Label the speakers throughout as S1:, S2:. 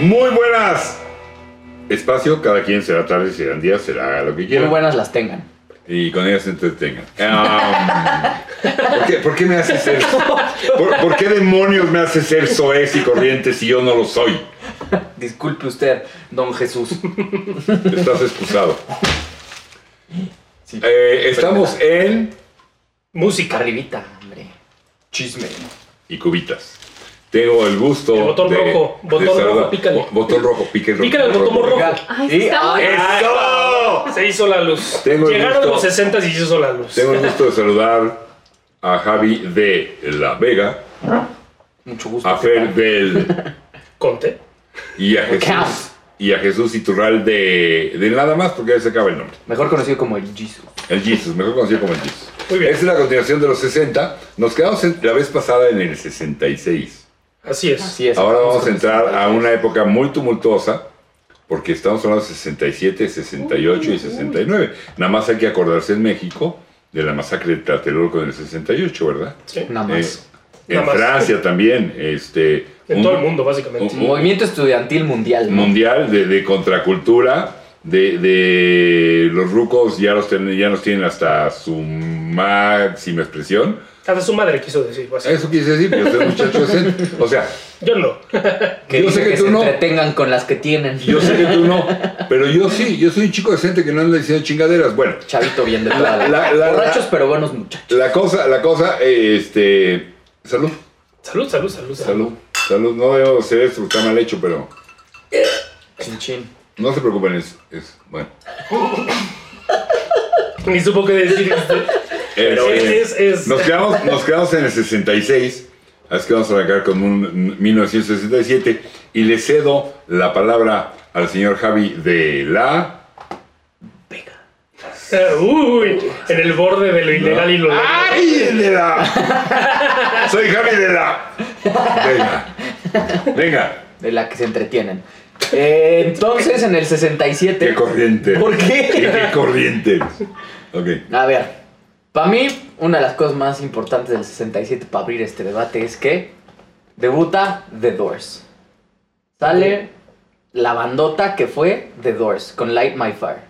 S1: Muy buenas. Espacio, cada quien será tarde, serán días, será lo que
S2: Muy
S1: quiera.
S2: buenas las tengan.
S1: Y con ellas se entretengan. Ah, ¿por, qué, por qué me haces ser... ¿Por, por qué demonios me haces ser soez y corriente si yo no lo soy?
S2: Disculpe usted, don Jesús.
S1: Estás excusado.
S2: Sí.
S1: Eh, estamos en...
S3: Música.
S2: Arribita, hombre.
S3: Chisme.
S1: Y cubitas. Tengo el gusto
S3: El botón
S1: de-
S3: rojo,
S1: de
S3: botón rojo,
S1: saludar-
S3: pícale.
S1: Bo- Botón rojo, pícale.
S3: Pícale al botón
S2: Oh,
S3: rojo.
S4: Ay,
S2: Y-
S4: está muy-
S1: ¡Eso!
S3: Se hizo la luz.
S1: Tengo el
S3: Llegaron
S1: gusto.
S3: los 60 y se hizo la luz.
S1: Tengo el gusto de saludar a Javi de La Vega,
S2: Mucho gusto.
S1: a Fer del
S3: Conte.
S1: y a
S2: Count.
S1: Jesús y a Jesús Iturral de, de nada más porque ya se acaba el nombre.
S2: Mejor conocido como el Jesus.
S1: El Jesus, mejor conocido como el Jesus.
S3: Muy bien.
S1: Esta es la continuación de los 60. Nos quedamos en- la vez pasada en el 66.
S3: Así es.
S2: Así es.
S1: Ahora vamos a entrar a una época muy tumultuosa porque estamos hablando de 67, 68 y 69. Nada más hay que acordarse en México de la masacre de Tlatelolco en el 68, ¿verdad?
S3: Sí.
S2: Nada más.
S1: Eh, en
S3: Nada más.
S1: Francia también, este,
S3: En
S1: un
S3: todo el mundo, básicamente.
S1: un-
S2: Movimiento estudiantil mundial. ¿no?
S1: mundial de, de contracultura, de, de los rucos ya, los ten- ya nos tienen hasta su máxima expresión.
S3: Hasta su madre quiso decir. básicamente.
S1: Eso quise decir, yo soy un muchacho decente. O sea,
S3: Yo no.
S2: Que
S1: yo
S2: dice
S1: sé
S2: que,
S1: que tú
S2: se
S1: no.
S2: entretengan con las que tienen.
S1: yo sé que tú no, pero yo sí, yo soy un chico decente que no anda diciendo chingaderas. Bueno,
S2: Chavito bien de toda la,
S1: La- la-
S2: Borrachos
S1: la-
S2: pero buenos muchachos.
S1: la cosa, la cosa, eh, este, salud,
S3: Salud, salud, salud.
S1: salud, salud. No debo hacer esto, está mal hecho, pero
S2: Chin chin.
S1: no se preocupen, es, es bueno.
S3: Ni supo qué decir. Pero
S1: Este,
S3: es, es,
S1: Nos quedamos, nos quedamos en el 66, así que vamos a arrancar con un 1967 y le cedo la palabra al señor Javi de la...
S3: eh, Uy, en el borde de lo ilegal y lo legal.
S1: ¡Ay, de la! Soy Javi de la... Venga, venga,
S2: De la que se entretienen. Eh, entonces, en el
S1: qué
S2: 67.
S1: corriente.
S2: ¿Por
S1: Qué,
S2: qué?
S1: qué corriente. Ok,
S2: A ver, para mí, una de las cosas más importantes del 67 para abrir este debate es que debuta The Doors. Sale la bandota que fue The Doors con Light My Fire.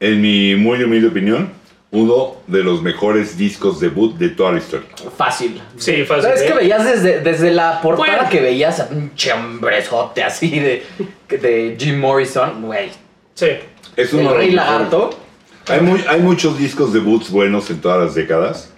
S1: en mi muy humilde opinión, uno de los mejores discos debut de toda la historia.
S2: Fácil.
S3: Sí, fácil.
S2: ¿Sabes
S3: ¿eh?
S2: que veías desde, desde la portada
S3: Bueno.
S2: que veías a pinche hombrezote así de, de Jim Morrison? Güey.
S3: Sí.
S1: Es uno de los
S2: El Rey
S1: mejores.
S2: Lagarto.
S1: Hay, muy- hay muchos discos debuts buenos en todas las décadas,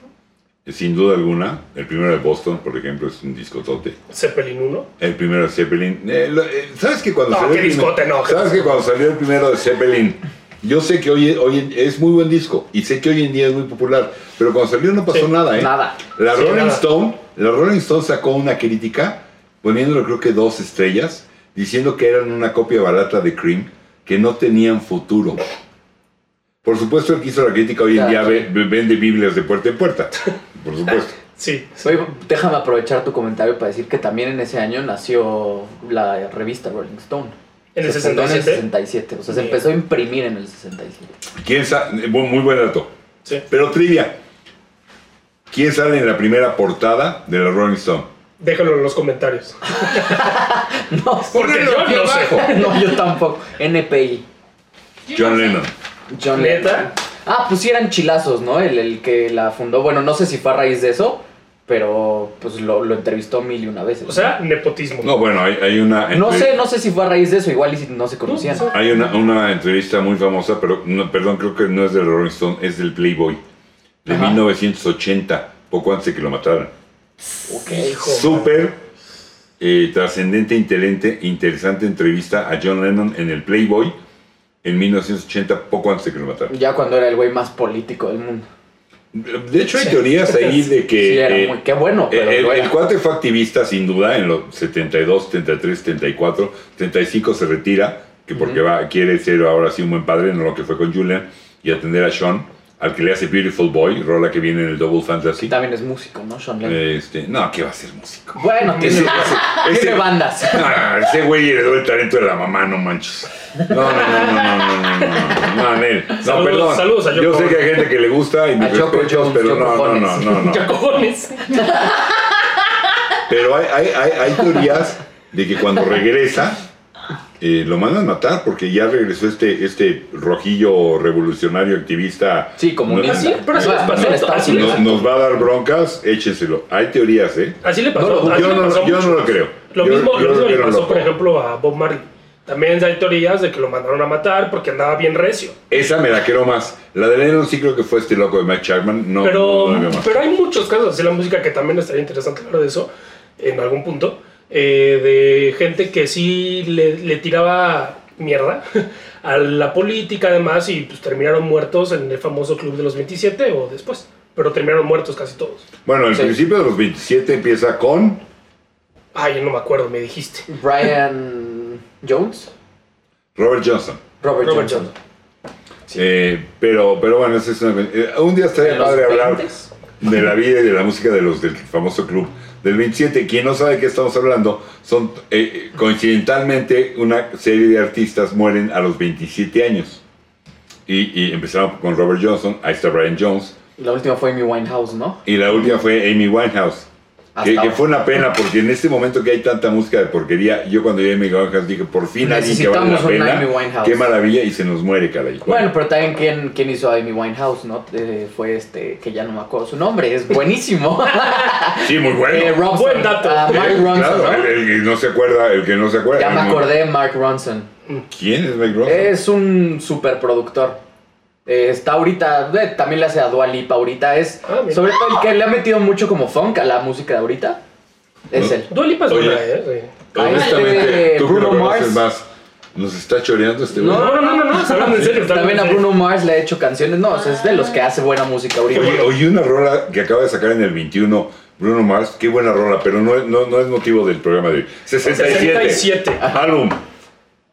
S1: eh, sin duda alguna. El primero de Boston, por ejemplo, es un discotote.
S3: Zeppelin 1.
S1: El primero de Zeppelin. eh, lo- eh, ¿Sabes que cuando
S3: No,
S1: salió
S3: qué
S1: el primer-
S3: discote, no, qué
S1: ¿Sabes que cuando salió el primero de Zeppelin? Yo sé que hoy, hoy en- es muy buen disco y sé que hoy en día es muy popular, pero cuando salió no pasó
S3: Sí,
S1: nada, ¿eh?
S2: Nada.
S1: La
S3: Sí,
S1: Rolling
S3: nada.
S1: Stone, la Rolling Stone sacó una crítica poniéndole creo que dos estrellas, diciendo que eran una copia barata de Cream, que no tenían futuro. Por supuesto, el que hizo la crítica hoy en día
S2: Claro.
S1: ve- ve- vende Biblias de puerta en puerta. Por supuesto.
S3: Sí.
S2: Oye, déjame aprovechar tu comentario para decir que también en ese año nació la revista Rolling Stone.
S3: En el
S2: Se fundó
S3: 67.
S2: 67, O sea, se
S3: Bien.
S2: empezó a imprimir en el 67.
S1: ¿Quién sa- eh, bu- muy buen dato.
S3: Sí.
S1: Pero trivia. ¿Quién sale en la primera portada de la Rolling Stone?
S3: Déjalo en los comentarios.
S2: No,
S3: Porque yo
S1: Aquí
S3: no sé.
S1: abajo.
S2: no, yo tampoco. NPI.
S1: John Lennon.
S2: John
S3: ¿Neta?
S2: Lennon. Ah, pues sí eran chilazos, ¿no? El, el que la fundó. Bueno, no sé si fue a raíz de eso, pero pues lo, lo entrevistó mil y una veces.
S3: O sea, nepotismo.
S1: No, bueno, hay, hay una.
S2: no sé, no sé si fue a raíz de eso, igual y si no se conocían.
S3: No, no sé.
S1: Hay una, una entrevista muy famosa, pero no, perdón, creo que no es del Rolling Stone, es del Playboy, de
S2: Ajá.
S1: 1980, poco antes de que lo mataran.
S3: pues,
S2: Ok.
S3: Joder.
S1: Súper eh, trascendente, interente- interesante entrevista a John Lennon en el Playboy en 1980, poco antes de que lo mataran.
S2: Ya cuando era el güey más político del mundo.
S1: De hecho, hay teorías ahí de que...
S2: sí, era
S1: eh,
S2: muy. Qué bueno,
S1: Eh,
S2: pero
S1: el,
S2: lo
S1: el
S2: era.
S1: cuate fue activista sin duda en los 72, 73, 74, 75 se retira, que porque va, quiere ser ahora sí un buen padre, no lo que fue con Julian, y atender a Sean, al que le hace Beautiful Boy, rola que viene en el Double Fantasy.
S2: También es músico, ¿no? Sean Lennon.
S1: Este, no, ¿qué va a ser músico?
S2: Bueno, tiene,
S1: Ese- eh, ese-
S2: tiene
S1: ese-
S2: bandas.
S1: Ah, ese güey heredó el talento de la mamá, no manches. No, no, no, no, no, no, no, no, no, Anel. No,
S3: Saludos-
S1: perdón.
S3: saludos a Yoko
S1: Yo sé que
S3: Ono.
S1: hay gente que le gusta y mis
S2: A Choco
S1: respetos,
S2: Jones,
S1: pero no,
S2: Choco
S1: no, no,
S2: Jones.
S1: no, no.
S3: ¿Qué cojones?
S1: Pero hay, hay, hay, hay teorías de que cuando regresa eh, lo mandan matar porque ya regresó este, este rojillo revolucionario activista.
S2: Sí, comunista.
S1: No-
S3: Así, pero eso les
S2: Ah,
S3: pasó,
S2: en Estados
S3: así
S2: Unidos.
S1: nos, nos va a dar broncas, échenselo. Hay teorías, ¿eh?
S3: Así le
S2: No,
S3: pasó.
S2: no,
S3: así
S1: Yo
S3: le pasó
S1: no, yo no
S3: mucho.
S1: lo creo.
S3: Lo
S1: Yo-
S3: mismo,
S1: yo
S3: lo mismo le
S1: creo
S3: pasó,
S1: loco.
S3: por ejemplo, a Bob Marley. También hay teorías de que lo mandaron a matar porque andaba bien recio.
S1: Esa me la quiero más. La de Lennon sí creo que fue este loco de Mike Chapman. No,
S3: pero,
S1: no la veo más.
S3: pero hay muchos casos así en la música que también estaría interesante hablar de eso en algún punto. eh, de gente que sí le, le tiraba mierda a la política además y pues terminaron muertos en el famoso Club de los 27 o después. Pero terminaron muertos casi todos.
S1: Bueno, el
S2: Sí.
S1: principio de los 27 empieza con
S3: Ay, no me acuerdo, me dijiste.
S2: Brian Jones.
S1: Robert Johnson.
S2: Robert,
S3: Robert
S2: Johnson.
S3: Johnson.
S2: Sí.
S1: Eh, pero, pero bueno, esa es una- eh, un día estaría
S2: ¿En los
S1: padre hablar
S2: 20s?
S1: de la vida y de la música de los del famoso club del 27. Quien no sabe de qué estamos hablando, son eh, eh, coincidentalmente una serie de artistas mueren a los 27 años. Y, y empezaron con Robert Johnson, ahí está Brian Jones,
S2: La última fue Amy Winehouse, ¿no?
S1: y la última fue Amy Winehouse.
S2: Hasta
S1: Que, que
S2: ahora.
S1: fue una pena porque en este momento que hay tanta música de porquería, yo cuando vi a Amy Winehouse dije, por fin alguien que vale la
S2: Necesitamos una
S1: pena.
S2: Amy Winehouse.
S1: Qué maravilla y se nos muere, caray.
S2: Bueno, pero también quien, quien hizo a Amy Winehouse, ¿no? Eh, fue este, que ya no me acuerdo su nombre, es buenísimo.
S1: sí, muy bueno.
S2: Eh, Ronson.
S3: buen dato.
S2: Ah, Mark
S1: Eh,
S2: Ronson,
S1: claro,
S2: ¿no?
S1: el, el que no se acuerda, el que no se acuerda.
S2: Ya me
S1: no.
S2: acordé Eh, de Mark Ronson.
S1: ¿Quién es Mike Ronson?
S2: Es un superproductor. Eh, está ahorita, eh, también le hace a Dua Lipa ahorita. Es
S3: Ah, mira.
S2: sobre todo el que le ha metido mucho como funk a la música de ahorita. Es
S1: No.
S2: él.
S3: Dua Lipa es
S1: Oye.
S3: buena, ¿eh? Sí.
S1: Honestamente,
S2: este,
S1: tú que lo
S2: Bruno
S1: conoces
S2: Mars.
S1: más, nos está choreando este güey.
S3: No, no, no, no, no, se hablan en serio. se hablan
S2: También a
S3: en serio.
S2: Bruno Mars le ha hecho canciones. No, o sea, es de los que hace buena música ahorita.
S1: Oye, oye, una rola que acaba de sacar en el 21, Bruno Mars, qué buena rola, pero no, es- no, no es motivo del programa de hoy. 67.
S3: 67.
S1: Álbum.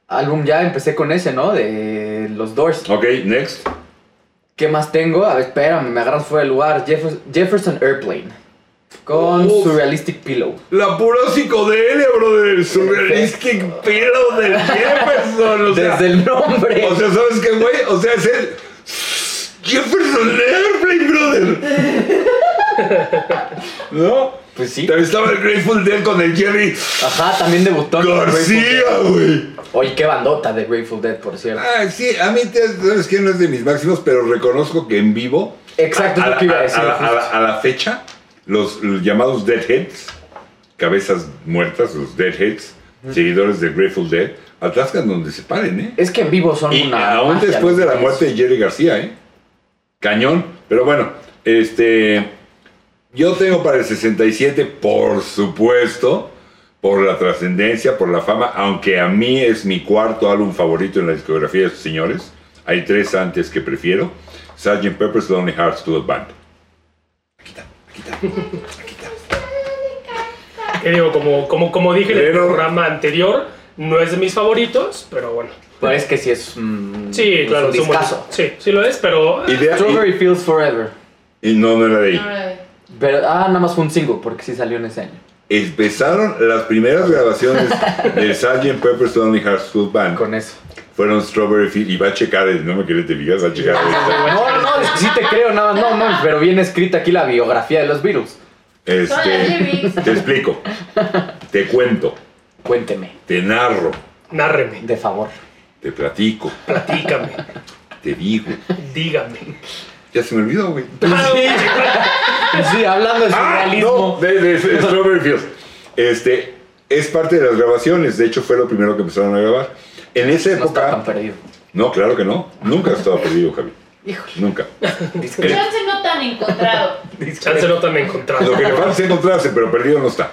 S2: Álbum ya empecé con ese, ¿no? De los Doors.
S1: Ok, next.
S2: ¿Qué más tengo? A ver, espérame, me agarras fuera de lugar. Jeffer- Jefferson Airplane. Con
S1: Uf.
S2: Surrealistic Pillow.
S1: La pura psicodelia, bro, del surrealistic pelo del Jefferson. O sea,
S2: Desde el nombre.
S1: o sea, ¿sabes qué, güey? O sea, es el Jefferson Airplane, brother. ¿No?
S2: pues sí.
S1: También estaba el Grateful Dead con el Jerry
S2: Ajá, también debutó. en Grateful Dead.
S1: García, güey.
S2: Oye, qué bandota de Grateful Dead, por cierto.
S1: Ah, sí, a mí, te- sabes que no es de mis máximos, pero reconozco que en vivo,
S2: Exacto, es
S1: a
S2: lo
S1: la,
S2: que iba a
S1: a-
S2: decir.
S1: a la- a la- a la fecha, los, los llamados Deadheads, cabezas muertas, los Deadheads, seguidores de Grateful Dead, atascan donde se paren, ¿eh?
S2: Es que en vivo son
S1: Y
S2: una.
S1: aún
S2: magia,
S1: después
S2: los
S1: de la
S2: Beatles.
S1: muerte de Jerry García, ¿eh? Cañón. Pero bueno, este. Yo tengo para el 67, por supuesto, por la trascendencia, por la fama, aunque a mí es mi cuarto álbum favorito en la discografía de estos señores. Hay tres antes que prefiero: Sgt. Pepper's Lonely Hearts Club Band.
S3: Que digo, como, como, como dije en el
S1: Pero-
S3: programa anterior, no es de mis favoritos, pero bueno.
S2: Pero es que sí es un.
S3: Sí,
S2: es
S3: claro,
S2: un
S3: es un buen-
S2: discazo.
S3: Sí, sí lo es, pero. eh,
S1: Idea-
S2: Strawberry Fields Forever.
S1: y, y no, no era de ahí.
S2: Pero, ah, nada más fue un single, porque sí salió en ese año.
S1: Empezaron las primeras grabaciones de Sgt. Pepper's Lonely Hearts Club Band.
S2: Con eso.
S1: Fueron Strawberry Fields. Y va a checar, eh, no me querés te fijas, va a checar. eh.
S2: No, no, es que sí te creo, nada más. No, no, pero viene escrita aquí la biografía de los Beatles.
S4: Son las
S1: Este,
S4: lyrics.
S1: te explico, te cuento,
S2: Cuénteme,
S1: te narro,
S3: Nárreme,
S2: de favor.
S1: te platico,
S3: platícame,
S1: te digo.
S3: dígame. Ah,
S1: Ya se me olvidó, güey.
S2: Sí, hablando de
S1: Ah,
S2: surrealismo.
S1: no, de, de- de Strawberry Fields. Este, es parte de las grabaciones. De hecho, fue lo primero que empezaron a grabar. En esa
S2: No está tan
S1: época.
S2: perdido.
S1: No, claro que no. Nunca has estado perdido, Javi. Nunca.
S2: Discreto.
S4: Chance no tan encontrado.
S3: Chance no tan encontrado.
S1: Lo que le falta es encontrarse, pero perdido no está.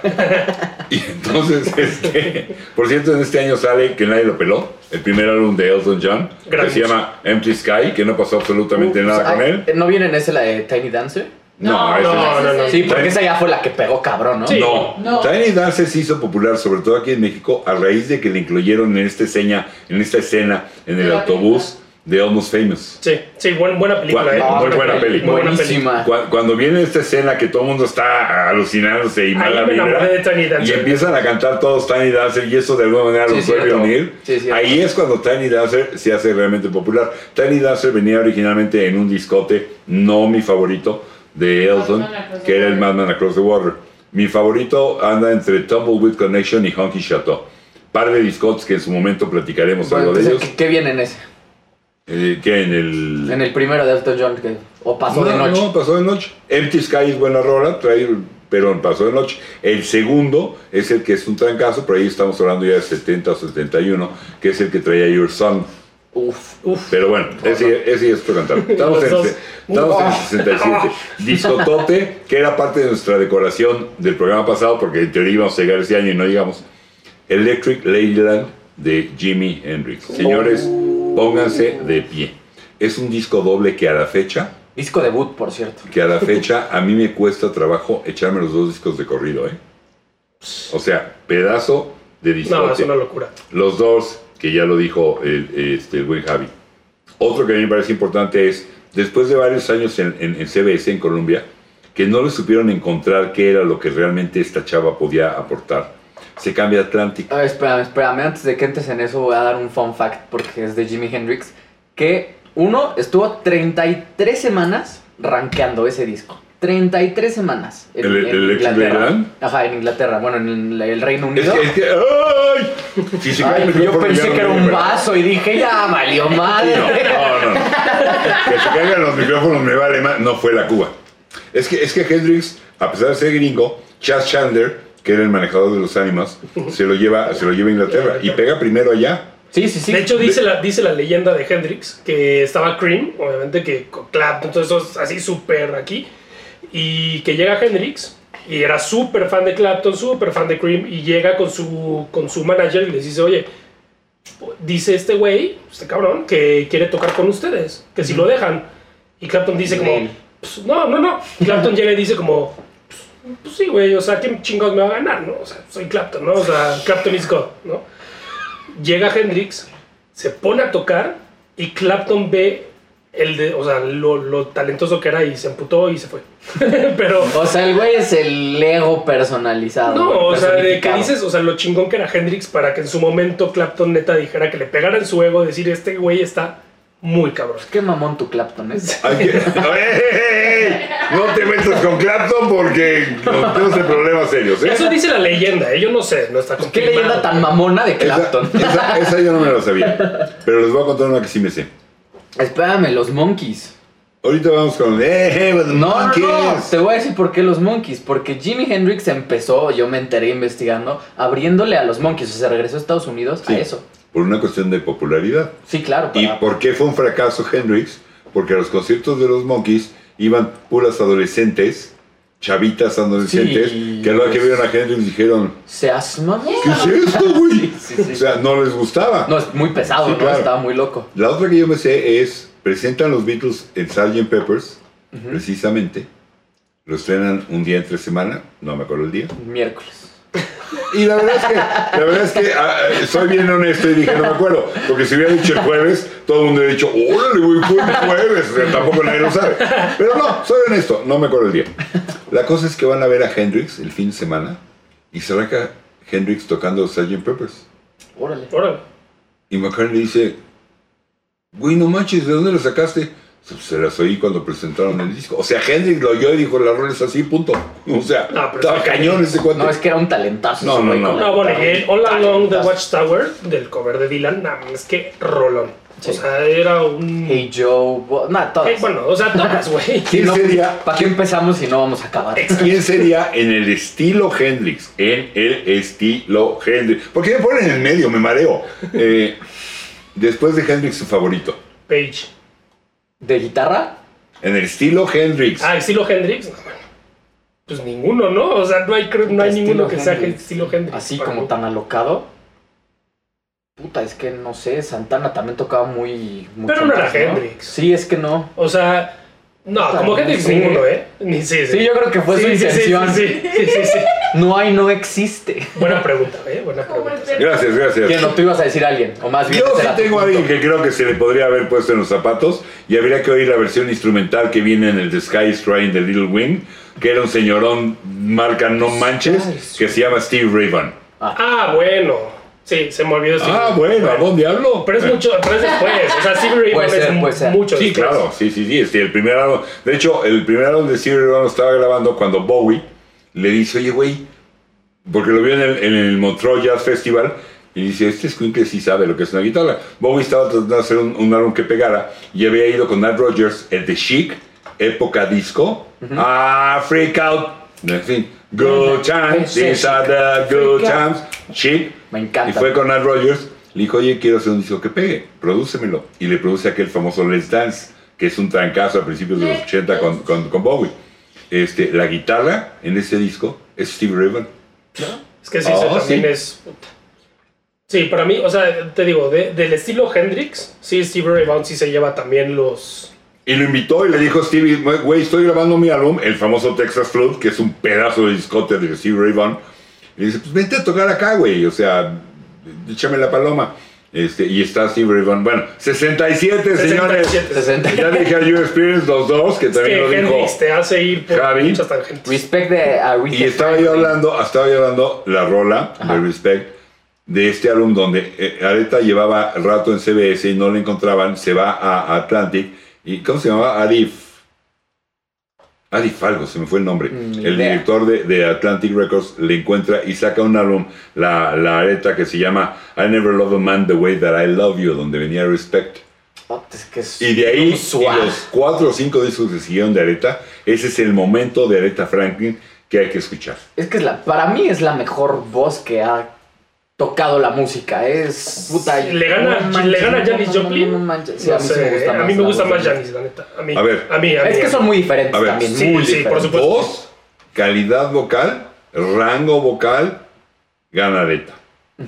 S1: Y entonces, este, por cierto, en este año sale que nadie lo peló, el primer álbum de Elton John,
S3: Gran
S1: que se llama Empty Sky, que no pasó absolutamente nada con
S2: Ay,
S1: él.
S2: ¿No viene en ese la de Tiny Dancer?
S1: No, ese
S3: no, no, no.
S2: Sí, porque esa ya fue la que pegó cabrón, ¿no?
S3: Sí.
S1: No.
S4: No.
S1: Tiny Dancer se hizo popular, sobre todo aquí en México, a raíz de que le incluyeron en esta seña, en esta escena, en el
S4: De la
S1: autobús de Almost Famous.
S3: Sí, sí, buen- buena película,
S1: Guau,
S3: eh.
S2: Ah,
S1: no, muy buena
S2: hombre,
S1: peli.
S3: Muy buena peli.
S2: Buenísima.
S1: Cu- Cuando viene esta escena que todo el mundo está alucinándose y mala
S3: me
S1: vibra,
S3: enamoré de Tiny
S1: y
S3: Dancer.
S1: empiezan a cantar todos Tiny Dancer y eso de alguna manera
S2: Sí,
S1: los vuelve a
S2: cierto.
S1: unir.
S2: Sí, cierto.
S1: Ahí es cuando Tiny Dancer se hace realmente popular. Tiny Dancer venía originalmente en un discote, no mi favorito, de Elton,
S4: Madman Across
S1: que
S4: the
S1: era el
S4: Water.
S1: Madman Across the Water. Mi favorito anda entre Tumbleweed Connection y Honky Chateau. Par de discotes que en su momento platicaremos
S2: Bueno,
S1: algo de
S2: entonces,
S1: ellos.
S2: ¿qué, qué viene en ese?
S1: Eh, ¿Qué? En el.
S2: En el primero de Elton John, que, o pasó
S1: no,
S2: de noche.
S1: no, pasó de noche. Empty Sky es buena rola, trae, pero pasó de noche. El segundo es el que es un trancazo, pero ahí estamos hablando ya de 70 o 71, que es el que traía Your Son.
S2: Uf.
S3: Uf.
S1: Pero bueno, ese, ese ya es otro cantar. Estamos, en,
S3: Los dos.
S1: se- estamos en
S3: Ah.
S1: 67. Discotote, que era parte de nuestra decoración del programa pasado, porque en teoría íbamos a llegar ese año y no llegamos. Electric Ladyland de Jimi Hendrix.
S3: Oh.
S1: Señores, pónganse de pie. Es un disco doble que a la fecha
S2: Disco debut, por cierto.
S1: que a la fecha a mí me cuesta trabajo echarme los dos discos de corrido, ¿eh? O sea, pedazo de
S3: No, es
S1: discote.
S3: una locura.
S1: Los dos, que ya lo dijo el, este, el buen Javi. Otro que a mí me parece importante es, después de varios años en, en- en CBS, en Colombia, que no le supieron encontrar qué era lo que realmente esta chava podía aportar. Se cambia Atlantic.
S2: A ver, espérame, espérame. Antes de que entres en eso, voy a dar un fun fact porque es de Jimi Hendrix. Que uno estuvo 33 semanas rankeando ese disco. 33 semanas. En,
S1: ¿El-
S2: en
S1: el Electric Ladyland?
S2: Ajá, en Inglaterra. Bueno, en el, el Reino
S1: Es
S2: Unido.
S1: que, es que- ¡ay! Si se cae
S2: Ay,
S1: el
S2: yo
S1: micrófono,
S2: pensé
S1: ya no
S2: que era
S1: me
S2: un
S1: veo.
S2: vaso y dije, ya valió madre.
S1: No, no, no. Que se caigan los micrófonos me vale más. No fue la Cuba. Es que, es que Hendrix, a pesar de ser gringo, Chas Chandler, que era el manejador de los ánimas, se lo lleva, se lo lleva a Inglaterra y pega primero allá.
S2: Sí, sí, sí.
S3: De hecho, dice la, dice la leyenda de Hendrix que estaba Cream, obviamente que con Clapton, todo eso es así súper aquí. Y que llega Hendrix y era súper fan de Clapton, súper fan de Cream. Y llega con su, con su manager y les dice: Oye, dice este güey, este cabrón, que quiere tocar con ustedes, que si lo dejan. Y Clapton dice: como,
S2: Nel.
S3: "Pues, No, no, no. Y Clapton llega y dice: como, Pues, pues sí, güey, o sea, ¿qué chingados me va a ganar? ¿no? O sea, soy Clapton, ¿no? O sea, Clapton is God, ¿no? llega Hendrix, se pone a tocar y Clapton ve el de, o sea, lo, lo talentoso que era y se emputó y se fue. Pero
S2: O sea, el güey es el ego personalizado.
S3: no,
S2: güey,
S3: o sea, de que
S2: personificado.
S3: dices, o sea, lo chingón que era Hendrix para que en su momento Clapton neta dijera que le pegara en su ego, decir, este güey está muy cabrón.
S2: Qué mamón tu Clapton ¿eh? es.
S1: Hay que- ¡Ey! No te metas con Clapton porque nos tenemos en problemas serios. ¿eh?
S3: Eso dice la leyenda, ¿eh? yo no sé, no está
S2: Pues, Qué
S3: confirmado.
S2: leyenda tan mamona de
S1: Esa,
S2: Clapton.
S1: esa- esa yo no me la sabía. Pero les voy a contar una que sí me sé.
S2: Espérame, los monkeys.
S1: Ahorita vamos con. ¡Eh, eh, with the
S2: No, no, no,
S1: monkeys!
S2: te voy a decir por qué los monkeys. Porque Jimi Hendrix empezó, yo me enteré investigando, abriéndole a los monkeys. O sea, regresó a Estados Unidos
S1: Sí.
S2: a eso.
S1: Por una cuestión de popularidad.
S2: Sí, claro.
S1: ¿Y
S2: para-
S1: por qué fue un fracaso Hendrix? Porque a los conciertos de los Monkeys iban puras adolescentes, chavitas adolescentes,
S2: Sí,
S1: que a la que
S2: pues.
S1: vieron a Hendrix dijeron,
S2: ¿Se asma?
S1: ¿qué es esto, güey?
S2: sí, sí.
S1: O sea, no les gustaba.
S2: No, es muy pesado,
S1: Sí,
S2: ¿no?
S1: claro.
S2: Estaba muy loco.
S1: La otra que yo me sé es, presentan los Beatles en Sgt. Peppers, precisamente, lo estrenan un día entre semana, no me acuerdo el día,
S2: Miércoles.
S1: Y la verdad es que, la verdad es que ah, eh, soy bien honesto y dije, no me acuerdo. Porque si hubiera dicho el jueves, todo el mundo hubiera dicho, órale, güey, fue el jueves. O sea, tampoco nadie lo sabe. Pero no, soy honesto, no me acuerdo el día. La cosa es que van a ver a Hendrix el fin de semana y se arranca Hendrix tocando Sgt. Peppers.
S2: Órale.
S3: Órale.
S1: Y McCartney dice, güey, no manches, ¿de dónde la sacaste? "Pues, Se las oí cuando presentaron el disco. O sea, Hendrix lo oyó y dijo, la rola es así, punto. O sea,
S3: No, pero
S1: estaba
S3: está
S1: cañón ese cuate.
S2: No, es que era un talentazo.
S1: No,
S2: ese
S1: no,
S2: güey
S1: no.
S2: con la
S3: No, Ah, bueno, y
S2: guitarra.
S3: el All Along the
S2: Talentazo.
S3: Watchtower del cover de Dylan, nada, es que rolón.
S2: Sí.
S3: O sea, era un...
S2: Hey Joe, bo- nah, todas.
S3: Eh, bueno, o sea, todas, güey.
S2: Si
S1: ¿Quién
S2: no,
S1: sería-
S2: ¿Para qué empezamos si no vamos a acabar?
S1: ¿Quién sería en el estilo Hendrix? En el estilo Hendrix. ¿Por qué me ponen en el medio? Me mareo. Eh, después de Hendrix, su favorito.
S3: Page.
S2: ¿De guitarra?
S1: En el estilo Hendrix.
S3: Ah, estilo Hendrix. No, bueno. Pues ninguno, ¿no? O sea, no hay, creo- no hay
S2: Estilo
S3: ninguno que sea
S2: Hendrix.
S3: estilo Hendrix.
S2: Así
S3: para
S2: como
S3: mí.
S2: tan alocado. Puta, es que no sé, Santana también tocaba muy... mucho
S3: Pero no era
S2: más,
S3: Hendrix.
S2: Sí, es que no.
S3: O sea, no,
S2: Puta,
S3: como
S2: no
S3: Hendrix
S2: sé.
S3: ninguno, ¿eh? Ni, sí,
S2: Sí, yo creo que fue su
S3: Sí, sí, sí,
S2: intención.
S3: Sí, sí, sí, sí, sí.
S2: No hay, no existe.
S3: Buena pregunta, ¿eh? Buena
S4: Como el
S3: pregunta.
S4: perro.
S1: Gracias,
S2: Que
S1: gracias.
S2: no, tú ibas a decir a alguien, o más bien...
S1: Yo
S2: ese
S1: sí
S2: era tu
S1: tengo a
S2: punto.
S1: alguien que creo que se le podría haber puesto en los zapatos y habría que oír la versión instrumental que viene en el The Sky is Crying de Little Wing, que era un señorón marca No Manches, que se llama Steve Raven.
S3: Ah, bueno. Sí, se me olvidó. Steve
S1: Ah,
S3: Ray.
S1: bueno, ¿a dónde hablo?
S3: Pero es
S1: Eh.
S3: mucho, pero es después. O sea, Steve Ray
S2: Puede
S3: es
S2: ser, puede ser.
S3: mucho
S1: Sí,
S3: después.
S1: claro, sí, sí, sí. este, el primer álbum, de hecho, el primer álbum de Stevie Ray Vaughan lo estaba grabando cuando Bowie le dice, oye, güey, porque lo vio en el, en el Montreux Jazz Festival y dice, este escuincle sí sabe lo que es una guitarra. Bowie estaba tratando de hacer un, un álbum que pegara y había ido con Nat Rogers, el de Chic, época disco, ah, Freak Out, en fin, Good Times,
S2: Sí,
S1: these are the Good Times, Chic.
S2: Me encanta.
S1: Y fue con Nat Rogers, le dijo, oye, quiero hacer un disco que pegue, prodúcemelo. Y le produce aquel famoso Let's Dance, que es un trancazo a principios de los 80 con, con, con Bowie. Este, la guitarra en ese disco es Steve Riven.
S3: Es que sí,
S1: Oh,
S3: se- también
S1: sí.
S3: es. puta. Sí, para mí, o sea, te digo, de- del estilo Hendrix, sí, Steve Ray Vaughan sí se lleva también los.
S1: Y lo invitó y le dijo Stevie, güey, estoy grabando mi álbum, el famoso Texas Flood, que es un pedazo de discote de Steve Ray Vaughan. Y dice, pues vente a tocar acá, güey, o sea, échame la paloma. Este, y está Steve Ray Vaughan. Bueno, 67, señores.
S3: 67.
S2: 60.
S1: Ya dije a You Experience los dos, que
S3: Es que
S1: también lo dijo.
S3: Hendrix te hace ir por
S1: Javi.
S3: muchas tangentes.
S2: Respect de a Aretha
S1: Y estaba yo
S2: Franklin.
S1: hablando, estaba yo hablando la rola de Respect de este álbum donde eh, Areta llevaba rato en CBS y no le encontraban, se va a Atlantic y ¿cómo se llamaba? Arif. Arif algo, se me fue el nombre.
S2: Mm, Ni
S1: el
S2: idea.
S1: director de, de Atlantic Records le encuentra y saca un álbum, la, la Areta que se llama I Never Love a Man the Way That I Love You, donde venía Respect.
S2: Oh, es que es
S1: Y de ahí,
S2: un
S1: y
S2: suave.
S1: los cuatro o cinco discos que siguieron de Areta, ese es el momento de Areta Franklin que hay que escuchar.
S2: Es que es la, para mí es la mejor voz que ha tocado la música. Es puta.
S3: Le gana- le gana Janis Joplin.
S2: no manches. Sí,
S3: No
S2: a mí sí me
S3: sé,
S2: gusta más.
S3: a mí me
S2: la
S3: gusta
S2: voz
S3: más
S2: de-
S3: Janis, la neta. A mí.
S1: A ver.
S3: A mí, a mí.
S2: Es que son muy diferentes
S1: A ver,
S2: también.
S3: sí,
S2: muy
S3: sí, por
S2: diferentes.
S3: supuesto.
S1: Voz, calidad vocal, rango vocal, ganadeta. Te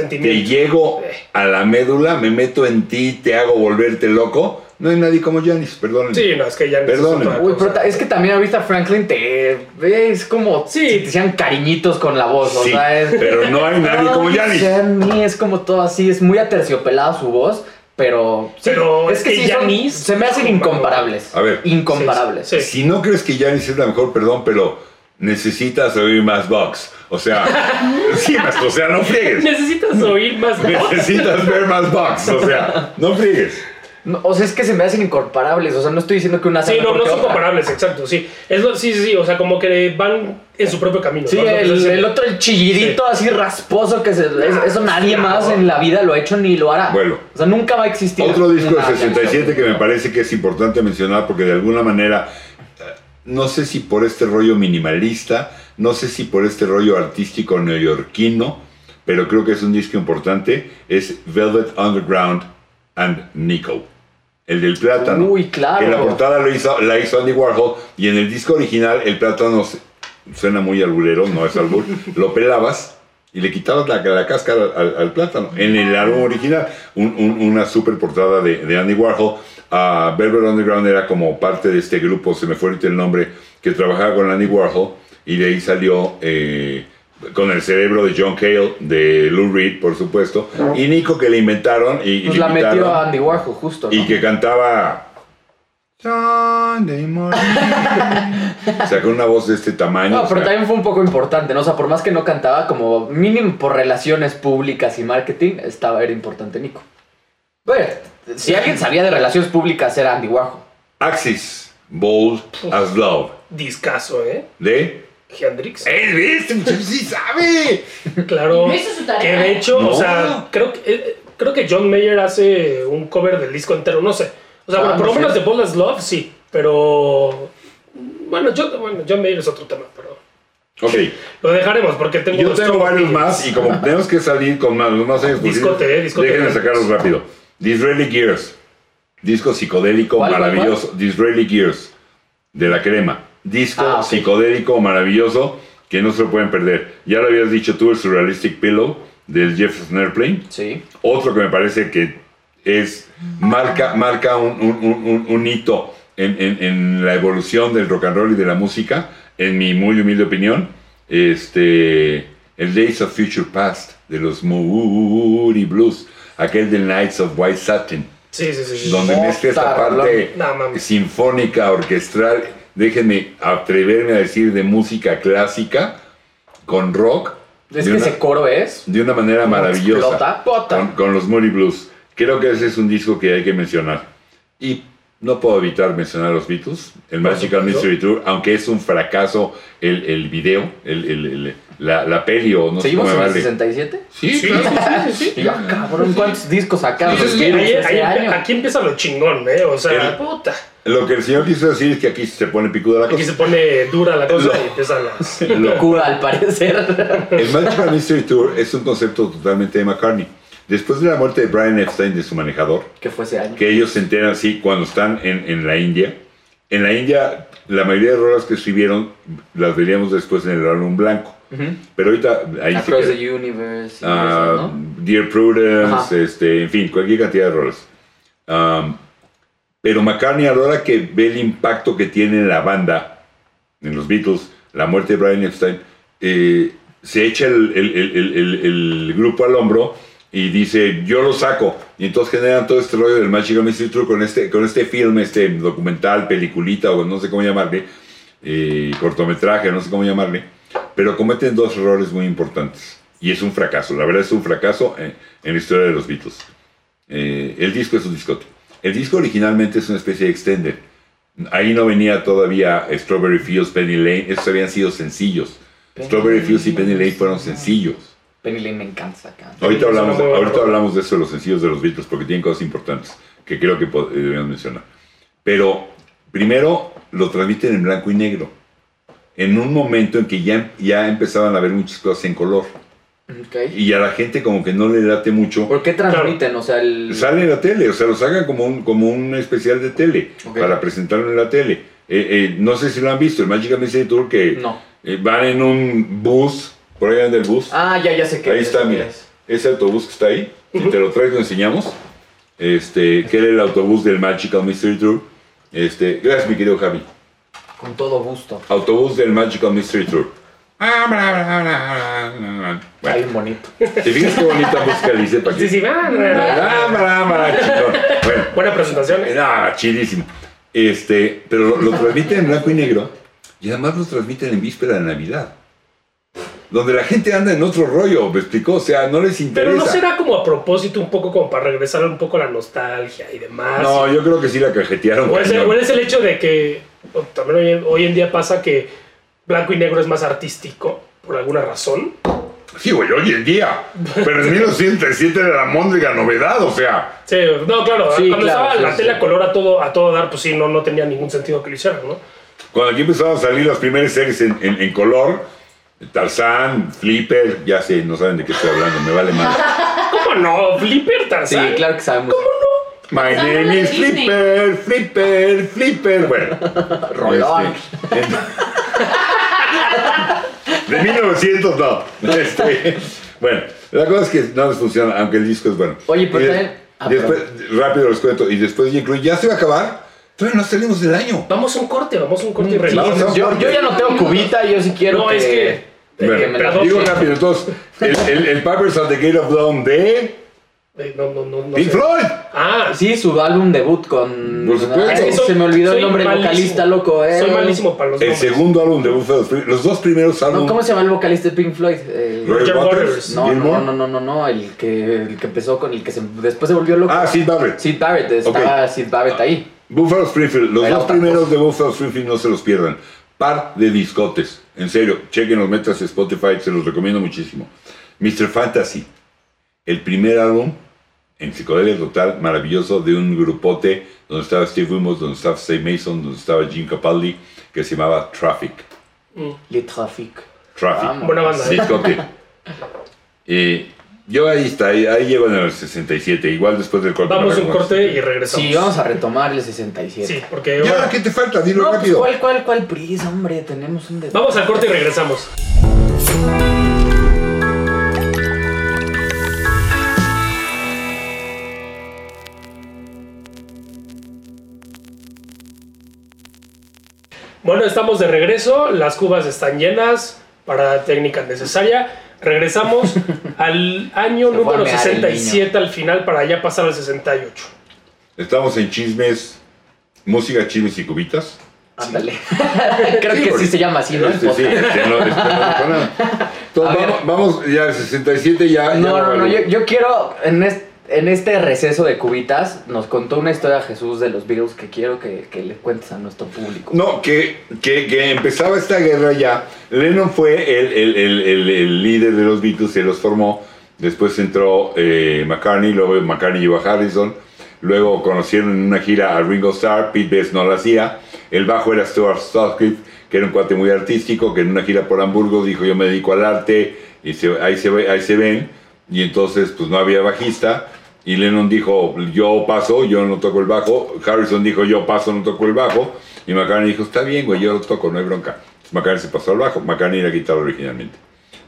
S3: Sentimiento.
S1: llego a la médula, me meto en ti, te hago volverte loco. No hay nadie como Janis, perdónenme.
S3: Sí, no, es que Janis.
S1: Perdónenme.
S3: otra
S2: Uy,
S3: cosa.
S2: pero ta- es que también ahorita Franklin te es como
S3: Sí.
S2: si te sean cariñitos con la voz, o
S1: Sí,
S2: sea, es
S1: pero no hay nadie como
S2: Ay,
S1: Janis.
S2: Janis es como todo así, es muy aterciopelada su voz, pero sí,
S3: Pero es que
S2: son-
S3: Janis-
S2: se me hacen incomparables.
S1: A ver.
S2: incomparables.
S3: Sí, sí.
S1: Si no crees que Janis es la mejor, perdón, pero necesitas oír más box. O sea, sí, más, o sea, no friegues.
S3: Necesitas oír más.
S1: Necesitas ver más box. O sea, no friegues.
S2: No, o sea, es que se me hacen incomparables, o sea, no estoy diciendo que una sea
S3: Sí, no,
S2: mejor
S3: no
S2: que
S3: son
S2: otra.
S3: comparables, exacto, sí. Es lo- sí, sí, sí, o sea, como que van en su propio camino.
S2: Sí,
S3: ¿no? Lo que
S2: el,
S3: es
S2: el otro, el chillidito así rasposo que se, es-
S3: Ah,
S2: eso nadie más en la vida lo ha hecho ni lo hará.
S1: Bueno.
S2: o sea, nunca va a existir.
S1: Otro disco de
S2: una-
S1: 67 que me parece que es importante mencionar porque de alguna manera, eh, no sé si por este rollo minimalista, no sé si por este rollo artístico neoyorquino, pero creo que es un disco importante, es Velvet Underground and Nico. El del plátano.
S2: Uy, claro.
S1: Que la portada lo hizo, la hizo Andy Warhol y en el disco original el plátano se- suena muy alburero, no es albur, lo pelabas y le quitabas la, la cáscara al, al plátano. En el álbum original, un- un- una super portada de, de Andy Warhol, a Velvet Underground era como parte de este grupo, se me fue ahorita el nombre, que trabajaba con Andy Warhol y de ahí salió eh, con el cerebro de John Cale, de Lou Reed, por supuesto, y Nico que le inventaron y, y
S2: Pues
S1: le
S2: la metió
S1: quitaron.
S2: a Andy Warhol, justo. ¿no?
S1: Y que cantaba. Sunday morning. Sacó una voz de este tamaño.
S2: No,
S1: o
S2: pero
S1: sea,
S2: también fue un poco importante, ¿no? O sea, por más que no cantaba, como mínimo por relaciones públicas y marketing, estaba, era importante Nico. Bueno, si alguien sabía de relaciones públicas era Andy Warhol.
S1: Axis, Bold as Love.
S3: Discaso, ¿eh?
S1: De.
S3: Hendrix.
S1: ¡Eh, viste! muchacho, ¡Sí sabe!
S3: Claro.
S4: No hizo su tarea.
S3: Que de hecho,
S1: No.
S3: o sea, creo que, eh, creo que John Mayer hace un cover del disco entero, no sé. O sea,
S2: Ah,
S3: bueno, por
S2: no
S3: lo menos
S2: sé.
S3: de Bolas Love, sí. Pero. Bueno, John, bueno, John Mayer es otro tema, pero.
S1: Ok,
S3: Lo dejaremos porque tengo.
S1: yo
S3: dos
S1: tengo
S3: top
S1: varios
S3: opinions.
S1: más y como tenemos que salir con más, los más años
S3: Discote,
S1: posibles,
S3: eh, discote.
S1: Déjenme sacarlos rápido. Disraeli Gears. Disco psicodélico
S2: ¿Cuál, cuál, cuál?
S1: maravilloso. Disraeli Gears. De la crema. Disco
S2: Ah, ok.
S1: psicodélico maravilloso que no se lo pueden perder. Ya lo habías dicho tú, el Surrealistic Pillow del Jefferson Airplane.
S2: Sí.
S1: Otro que me parece que es marca, marca un, un- un- un- un hito en, en- en la evolución del rock and roll y de la música, en mi muy humilde opinión, este, el Days of Future Past de los Moody Blues, aquel de Nights of White Satin,
S3: Sí, sí, sí. sí.
S1: donde mezcla esta parte
S3: No, mames.
S1: sinfónica, orquestral, déjenme atreverme a decir de música clásica con rock.
S2: Es
S1: de
S2: que
S1: una-
S2: ese coro es.
S1: de una manera maravillosa
S2: Explota, bota.
S1: con, con los Moody Blues. Creo que ese es un disco que hay que mencionar. Y No puedo evitar mencionar a los Beatles, el
S3: Por
S1: Magical
S3: supuesto.
S1: Mystery Tour, aunque es un fracaso el, el video, el, el- el- la, la peli o no sé cómo
S2: ¿Seguimos en el
S1: llamarle.
S2: 67?
S1: Sí,
S3: Sí.
S1: claro, sí, sí, sí.
S2: Y yo, cabrón, ¿cuántos discos sacaron
S1: Sí,
S2: los
S1: sí,
S3: Ahí-
S2: Beatles
S3: ahí
S2: ese
S3: empe-
S2: año?
S3: aquí empieza lo chingón, ¿eh? O sea,
S1: El-
S3: puta.
S1: Lo que el señor quiso decir es que aquí se pone picuda la
S3: Aquí
S1: cosa.
S3: se pone dura la cosa
S1: No.
S3: y empiezan las.
S1: Lo-
S2: Locura, al parecer.
S1: El Magical Mystery Tour es un concepto totalmente de McCartney. Después de la muerte de Brian Epstein, de su manejador,
S2: que fue ese año.
S1: que ellos se enteran, sí, cuando están en, en la India. En la India, la mayoría de rolas que escribieron las veríamos después en el álbum blanco.
S2: Ujú.
S1: Pero ahorita ahí se
S2: Across
S1: queda.
S2: the Universe. y
S1: Ah,
S2: eso, ¿no?
S1: Dear Prudence,
S2: Ajá.
S1: este, en fin, cualquier cantidad de roles. Am, pero McCartney, a la hora que ve el impacto que tiene en la banda, en los Beatles, la muerte de Brian Epstein, eh, se echa el, el- el- el- el- el grupo al hombro y dice, yo lo saco. Y entonces generan todo este rollo del Magical Mystery Tour con este, con este filme, este documental, peliculita o no sé cómo llamarle, eh, cortometraje, no sé cómo llamarle, pero cometen dos errores muy importantes. Y es un fracaso, la verdad es un fracaso en, en la historia de los Beatles. Eh, el disco es un discote. El disco originalmente es una especie de extender. Ahí no venía todavía Strawberry Fields, Penny Lane, esos habían sido sencillos. Strawberry Fields y Penny Lane fueron sencillos.
S2: Penny Lane me encanta esa canción.
S1: Ahorita
S3: Son
S1: hablamos, de,
S3: muy buenos.
S1: ahorita hablamos de eso, de los sencillos de los Beatles, porque tienen cosas importantes que creo que pod- eh, deberíamos mencionar. Pero primero lo transmiten en blanco y negro, en un momento en que ya, ya empezaban a ver muchas cosas en color.
S2: Ok.
S1: Y a la gente como que no le late mucho.
S2: ¿Por qué transmiten? O sea, el.
S1: Sale en la tele, o sea, lo sacan como un, como un especial de tele,
S2: Ok.
S1: para presentarlo en la tele. Eh, eh, no sé si lo han visto, el Magic Mystery Tour, que
S2: No.
S1: eh, van en un bus, por ahí anda el bus.
S2: Ah, ya, ya sé que.
S1: Ahí está, mira. Ese autobús que está ahí, si te lo traes, lo enseñamos. Este, que era el autobús del Magical Mystery Tour. Este, gracias, mi querido Javi.
S2: Con todo gusto.
S1: Autobús del Magical Mystery Tour. Ah,
S2: Está
S1: Bueno,
S2: bien bonito.
S1: ¿Te fijas qué bonita música le hice para
S3: Sí,
S1: que- Ah,
S3: sí, va, va, va.
S1: Bueno,
S3: Buena presentación. ¿eh?
S1: Ah, chidísimo. Este, pero lo, lo transmiten en blanco y negro y además lo transmiten en víspera de Navidad. Donde la gente anda en otro rollo, ¿me explicó? O sea, no les interesa.
S3: Pero no será como a propósito, un poco como para regresar un poco a la nostalgia y demás.
S1: No, yo creo que sí la cajetearon.
S3: O es, el,
S1: cañón.
S3: o es el hecho de que o también hoy, en- hoy en día pasa que blanco y negro es más artístico por alguna razón.
S1: Sí, güey, hoy en día. Pero en 1907 era la móndriga novedad, o sea.
S3: Sí, no, claro,
S2: Sí,
S3: cuando
S2: claro,
S3: estaba
S2: sí,
S3: la
S2: sí.
S3: tela color a todo, a todo dar, pues sí, no, no tenía ningún sentido que lo hicieran, ¿no?
S1: Cuando aquí empezaron a salir las primeras series en, en- en color, Tarzán, Flipper, ya sé, no saben de qué estoy hablando, me vale mal.
S3: ¿Cómo no? Flipper
S2: Sí,
S3: Tarzán.
S2: claro que sabemos.
S1: My
S4: Tarzán era
S1: name
S4: de
S1: is
S4: Disney.
S1: Flipper, Flipper, Flipper. Bueno.
S2: Rolón.
S1: Este, en- de 1900 no. Este, bueno, la cosa es que no les funciona, aunque el disco es bueno.
S2: Oye, pero
S1: Y de-
S2: también- ah,
S1: después, rápido les cuento. Y después ya incluye, ya se va a acabar. Todavía no salimos del año.
S3: Vamos a un corte, vamos a un corte y
S1: Vamos
S3: regresamos.
S1: a un
S2: Yo, yo ya no tengo cubita, yo sí quiero.
S3: No,
S2: que,
S3: es que-
S2: que
S1: Bueno,
S2: me la-
S3: perdón.
S1: digo rápido, entonces, el, el, el Papers at the Gate of Dawn de
S3: Eh, No, no, no, no
S1: Pink
S3: sé.
S1: Floyd.
S3: Ah,
S2: Sí, su álbum debut con.
S1: Por supuesto.
S2: Ay,
S1: Es que
S2: se
S3: soy-
S2: me olvidó el
S3: soy
S2: nombre del
S3: malísimo.
S2: vocalista, loco, eh.
S3: Soy malísimo para los
S1: El
S3: nombres.
S1: segundo álbum de Buffalo Springfield. Los dos primeros
S2: No,
S1: álbumes.
S2: ¿Cómo se llama el vocalista de Pink Floyd? Eh,
S1: Roger
S3: Roger
S1: Waters,
S3: Waters.
S2: no, no,
S1: Gilmore.
S2: no, no, no, no, el que, el que empezó con el que se, después se volvió loco.
S1: Ah, sí, Barrett.
S2: Sid Barrett, estaba Sid Barrett ahí.
S1: Buffalo Springfield, los
S2: Era
S1: dos
S2: otra
S1: primeros de Buffalo Springfield no se los pierdan. Par de discotes. En serio, chequen los metas de Spotify, se los recomiendo muchísimo. Mr. Fantasy, el primer álbum en psicodelia total, maravilloso, de un grupote donde estaba Steve Wilmot, donde estaba Steve Mason, donde estaba Jim Capaldi, que se llamaba Traffic.
S2: Le Trafic.
S1: Traffic.
S2: Vamos.
S3: Buena banda. ¿eh?
S1: Discote. Eh, yo ahí está, ahí, ahí llego en el 67, igual después del corte.
S3: Vamos a
S1: para
S3: un
S1: cómo-
S3: corte y regresamos.
S2: Sí, vamos a retomar el 67.
S3: Sí, porque
S1: ¿Y ahora
S3: bueno,
S1: qué te falta? Dilo
S2: No, pues,
S1: rápido.
S2: ¿cuál, cuál, cuál prisa, hombre? Tenemos un debate.
S3: vamos al corte y regresamos. Bueno, estamos de regreso, las cubas están llenas para técnica necesaria. Regresamos al año
S2: Se fue a
S3: número
S2: mear el
S3: 67 al final para ya pasar al 68.
S1: Estamos en chismes, música, chismes y cubitas.
S2: Ándale. Creo que
S1: porque-
S2: sí se llama así, ¿no? El
S1: Este, sí,
S2: podcast.
S1: este, no, este, no, no, no. Entonces,
S2: A ver.
S1: vamos, vamos, Ah, ya el 67 ya. ya
S2: No, no, no,
S1: valió.
S2: yo, yo quiero en este en este receso de cubitas nos contó una historia Jesús de los Beatles que quiero que, que le cuentes a nuestro público.
S1: No, que, que, que empezaba esta guerra ya. Lennon fue el, el- el- el- el líder de los Beatles, se los formó. Después entró eh, McCartney, luego McCartney llevó a Harrison. Luego conocieron en una gira a Ringo Starr, Pete Best no la hacía. El bajo era Stuart Sutcliffe, que era un cuate muy artístico, que en una gira por Hamburgo dijo yo me dedico al arte, y se- ahí, se, ve- ahí se ven. Y entonces pues no había bajista. Y Lennon dijo, yo paso, yo no toco el bajo. Harrison dijo, yo paso, no toco el bajo. Y McCartney dijo, está bien, güey, yo lo toco, no hay bronca. Entonces McCartney se pasó al bajo. McCartney era guitarra originalmente.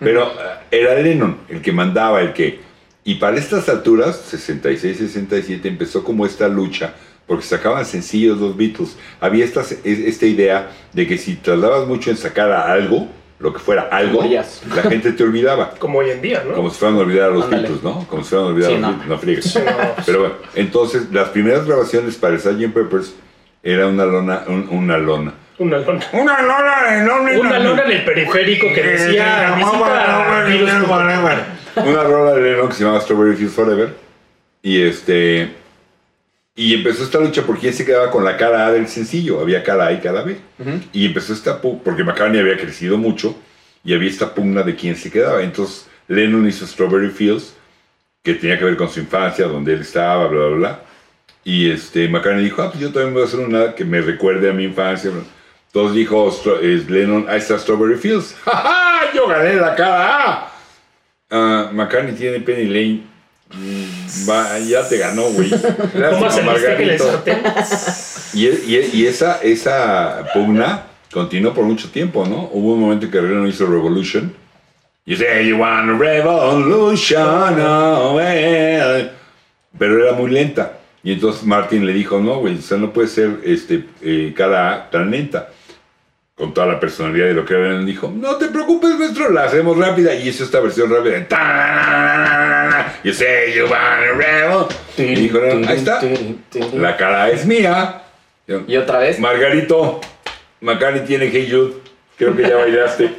S1: Pero eh, era Lennon el que mandaba, el que... Y para estas alturas, 66, 67, empezó como esta lucha, porque sacaban sencillos los Beatles. Había esta, es- esta idea de que si tardabas mucho en sacar a algo, lo que fuera algo,
S2: Morías.
S1: la gente te olvidaba.
S3: Como hoy en día, ¿no?
S1: Como si fueran a olvidar a los
S2: Ándale.
S1: Beatles, ¿no? Como si fueran a olvidar
S2: Sí,
S1: a los
S2: no.
S1: Beatles. No friegues.
S3: Sí, no,
S1: Pero bueno, entonces las primeras grabaciones para el Sgt. Peppers era una lona, un- una lona.
S3: una lona.
S1: Una lona Eh, enorme.
S3: Una lona en el periférico que decía visita a Beatles Club".
S1: Una rola de Lennon que se llamaba Strawberry Fields Forever. Y este. Y empezó esta lucha por quién se quedaba con la cara A del sencillo. Había cara A y cara B.
S2: Ujú.
S1: Y empezó esta pu- porque McCartney había crecido mucho y había esta pugna de quién se quedaba. Entonces Lennon hizo Strawberry Fields, que tenía que ver con su infancia, donde él estaba, bla, bla, bla. Y este, McCartney dijo, ah, pues yo también voy a hacer una que me recuerde a mi infancia. Entonces dijo Stra- eh, Lennon, ahí está Strawberry Fields. ¡Ja, ja! Yo gané la cara A. Ah, McCartney tiene Penny Lane. Mm, va, ya te ganó, güey.
S3: ¿Cómo
S1: Lástima,
S3: saliste que el
S1: Margarito.
S3: sartén?
S1: Y, y- y esa, esa pugna continuó por mucho tiempo, ¿no? Hubo un momento que Lennon hizo Revolution. You say you want a revolution, oh, well. Pero era muy lenta. Y entonces Martin le dijo, no, güey, o sea, no puede ser este, eh, cara A tan lenta. Con toda la personalidad de lo que era Lennon dijo, no te preocupes, nuestro, la hacemos rápida. Y hizo esta versión rápida. Ta-ra-ra-ra-ra-ra. You say you want a rebel. Y dijo, Lennon, ahí está. La cara es mía.
S2: Y otra vez,
S1: Margarito, Macari tiene Hey Jude. Creo que ya bailaste.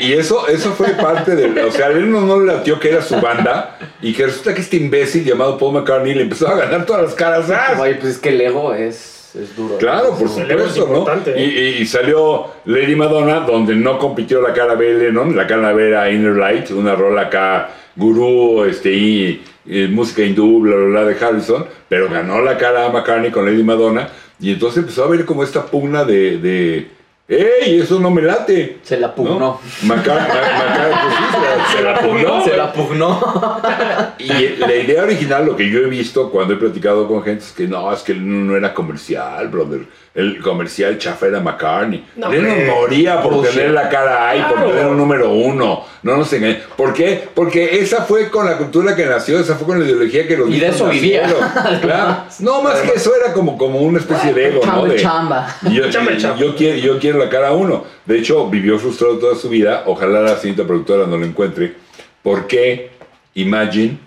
S1: Y, y eso, eso fue parte de... O sea, a Lennon no le latió que era su banda y que resulta que este imbécil llamado Paul McCartney le empezó a ganar todas las caras. ¡Ah!
S2: oye, pues es que el ego es, es duro.
S1: Claro, por
S3: El ego es
S1: supuesto, ¿no?
S3: importante,
S1: Y, y- y salió Lady Madonna, donde no compitió la cara B de Lennon, la cara B era Inner Light, una rola acá, gurú, este, y, y música hindú, bla, bla, bla, de Harrison, pero ganó la cara A McCartney con Lady Madonna, y entonces empezó a ver como esta pugna de, de ¡Ey, eso no me late!
S2: Se la pugnó.
S1: ¿no? Maca- ma- Maca- pues sí, se la- se la pugnó.
S2: Se la pugnó.
S1: Y la idea original, lo que yo he visto cuando he platicado con gente, es que no, es que no, no era comercial, brother. El comercial chafa era McCartney.
S3: No,
S1: Lennon
S3: hombre.
S1: moría por
S2: Bullshit.
S1: tener la cara ahí, por
S3: Claro.
S1: tener un número uno. No nos engañemos. ¿Por qué? Porque esa fue con la cultura que nació, esa fue con la ideología que los
S2: Y de
S1: Beatles
S2: eso vivía.
S1: nacieron, claro. No, más que eso era como, como una especie de ego, ¿no?
S2: Chamba,
S1: De-
S2: chamba.
S1: yo,
S3: Chamba,
S1: yo-
S3: chamba.
S1: yo quiero, yo quiero la cara a uno. De hecho, vivió frustrado toda su vida. Ojalá la cinta productora no lo encuentre. Porque Imagine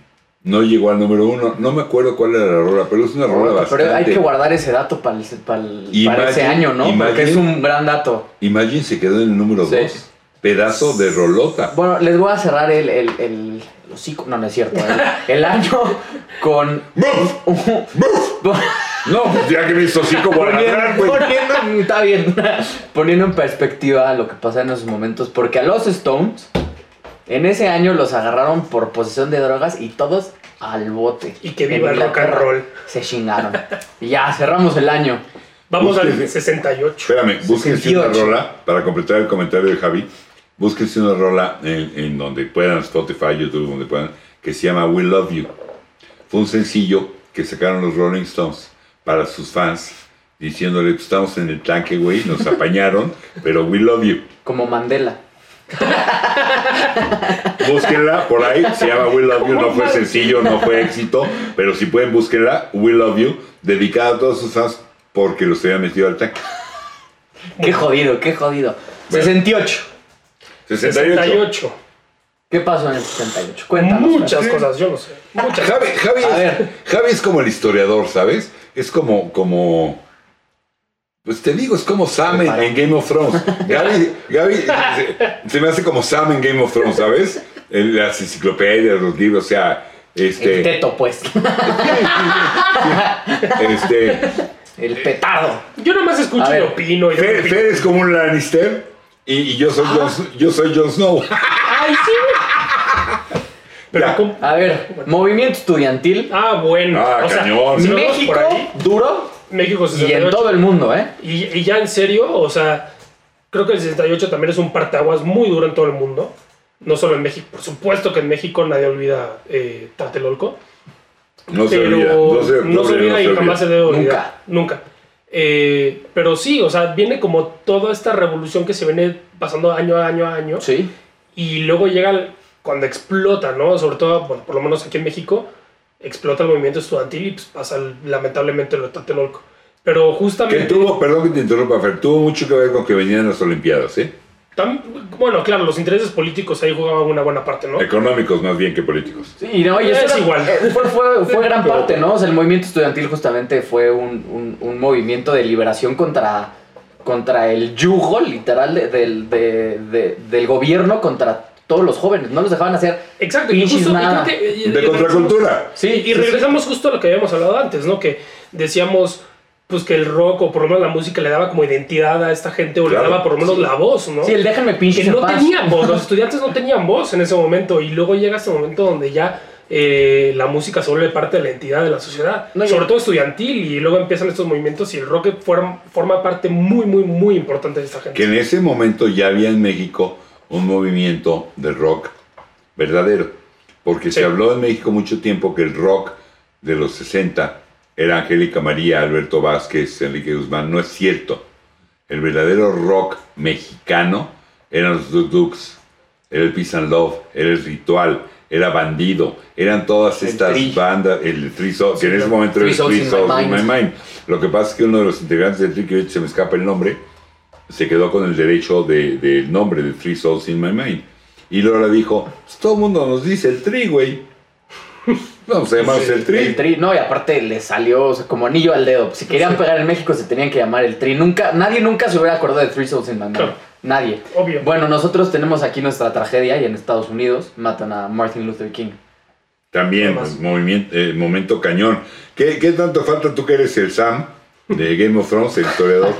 S1: no llegó al número uno. No me acuerdo cuál era la rola, pero es una rola bastante.
S2: Pero hay que guardar ese dato para, el- para, el-
S1: Imagine-
S2: para ese año, ¿no? Porque
S1: imagine-
S2: es un gran dato.
S1: Imagine se quedó en el número
S2: Sí.
S1: dos. Pedazo de rolota.
S2: Bueno, les voy a cerrar el, el, el, el hocico. No, no es cierto. El, el año con.
S1: ¡Buf! ¡Buf! No, pues ya que me hizo cinco guardarán,
S2: Poniendo,
S1: güey.
S2: poniendo- está bien. Poniendo en perspectiva lo que pasa en esos momentos. Porque a los Stones, en ese año los agarraron por posesión de drogas y todos al bote.
S3: Y que viva
S2: En
S3: el rock and
S2: Inglaterra
S3: roll.
S2: Se chingaron. Y ya, cerramos el año.
S3: Vamos
S1: Búsquese.
S3: al 68.
S1: Espérame, búsquense una
S2: 68.
S1: rola para completar el comentario de Javi. Búsquense una rola en, en donde puedan, Spotify, YouTube, donde puedan, que se llama We Love You. Fue un sencillo que sacaron los Rolling Stones para sus fans, diciéndole, "Pues estamos en el tanque, güey, nos apañaron, pero We Love You.
S2: Como Mandela.
S1: Búsquenla por ahí, se llama We Love You, no fue sencillo, no fue éxito, pero si pueden, búsquenla, We Love You, dedicada a todos sus fans porque los habían metido al tanque.
S2: Qué jodido, qué jodido.
S1: Bueno.
S2: 68.
S1: 68.
S3: 68.
S2: ¿Qué pasó en el 68? Cuéntanos. pues.
S3: Muchas
S1: Sí.
S3: cosas, yo no sé. Muchas.
S1: Javi, Javi,
S2: A
S1: es,
S2: ver.
S1: Javi es como el historiador, ¿sabes? Es como, como. Pues te digo, es como Sam en, en Game of Thrones. Gaby, Gaby se, se me hace como Sam en Game of Thrones, ¿sabes? En las enciclopedias, los libros, o sea,
S2: El
S1: Este,
S2: teto, pues.
S1: este,
S2: El petardo.
S3: Yo nomás escucho
S2: A
S3: y
S2: ver,
S3: opino. y yo
S1: Fer,
S3: opino.
S1: Fer es como un Lannister y, y yo, soy
S3: Ah.
S1: Jon- yo soy Jon Snow.
S3: ¡Ay, sí! güey. Pero
S1: Ya.
S3: ¿cómo?
S2: A ver, movimiento estudiantil.
S3: Ah, bueno.
S1: Ah,
S3: o sea,
S1: cañón.
S3: si nos vamos
S2: México
S3: por ahí,
S2: duro
S3: México
S2: y
S3: 68.
S2: en todo el mundo, ¿eh?
S3: Y, y ya en serio, o sea, creo que el 68 también es un parteaguas muy duro en todo el mundo. No solo en México. Por supuesto que en México nadie olvida eh, Tlatelolco.
S1: No se
S3: pero
S1: olvida.
S3: no se,
S1: no se
S3: olvida y jamás se debe olvidar.
S2: Nunca.
S3: Nunca. Eh, pero sí, o sea, viene como toda esta revolución que se viene pasando año a año a año.
S2: Sí.
S3: Y luego llega el- cuando explota, ¿no? Sobre todo, bueno, por lo menos aquí en México, explota el movimiento estudiantil y pues, pasa lamentablemente lo de Tlatelolco. Pero
S1: Que
S3: justamente...
S1: tuvo, perdón que te interrumpa, Fer, tuvo mucho que ver con que venían las Olimpiadas, ¿eh?
S3: Tam- bueno, claro, los intereses políticos ahí jugaban una buena parte, ¿no?
S1: Económicos más bien que políticos.
S2: Sí, y no, y
S3: Es
S2: eso era-
S3: igual.
S2: eh, Fue, fue- fue gran parte, ¿no? O sea, el movimiento estudiantil justamente fue un, un- un movimiento de liberación contra, contra el yugo, literal, de- del, de- de- del gobierno contra todos los jóvenes. No los dejaban hacer.
S3: Exacto, y
S2: pinches
S3: justo... y
S2: nada.
S3: creo que- y- y
S1: De
S3: regresamos-
S1: contracultura.
S2: Sí,
S3: y regresamos justo a lo que habíamos hablado antes, ¿no? Que decíamos pues que el rock o por lo menos la música le daba como identidad a esta gente o
S1: Claro,
S3: le daba por lo menos la voz, ¿no?
S2: Sí, el déjenme pinches
S3: que
S2: en
S3: no
S2: paz.
S3: tenían voz, los estudiantes no tenían voz en ese momento y luego llega este momento donde ya eh, la música se vuelve parte de la entidad de la sociedad,
S2: No, y-
S3: sobre todo estudiantil y luego empiezan estos movimientos y el rock forma, forma parte muy, muy, muy importante de esta gente.
S1: Que en ese momento ya había en México un movimiento de rock verdadero. Porque
S3: Sí.
S1: se habló en México mucho tiempo que el rock de los 60 era Angélica María, Alberto Vázquez, Enrique Guzmán. No es cierto. El verdadero rock mexicano eran los Duk Duks, era el Peace and Love, era el Ritual, era Bandido, eran todas
S2: El
S1: estas
S2: Tri.
S1: bandas, el Three Souls, que en ese
S3: claro.
S1: momento era
S2: Three
S1: el
S2: Souls
S1: Three
S2: in My
S1: Souls in
S2: Mind.
S1: My Mind. Lo que pasa es que uno de los integrantes del Tri, que ahorita se me escapa el nombre, se quedó con el derecho de- del nombre de Three Souls in My Mind. Y Laura dijo, "Pues todo el mundo nos dice el Tri, güey. Vamos a llamarnos el Tri.
S2: El tri, no, y aparte le salió o sea, como anillo al dedo. Si querían pegar en México se tenían que llamar el tri. Nunca, nadie nunca se hubiera acordado de Three Souls in My Mind.
S3: Claro.
S2: Nadie.
S3: Obvio.
S2: Bueno, nosotros tenemos aquí nuestra tragedia y en Estados Unidos matan a Martin Luther King.
S1: También,
S3: Además.
S1: movimiento, eh, momento cañón. ¿Qué, qué tanto falta tú que eres el Sam de Game of Thrones, el historiador,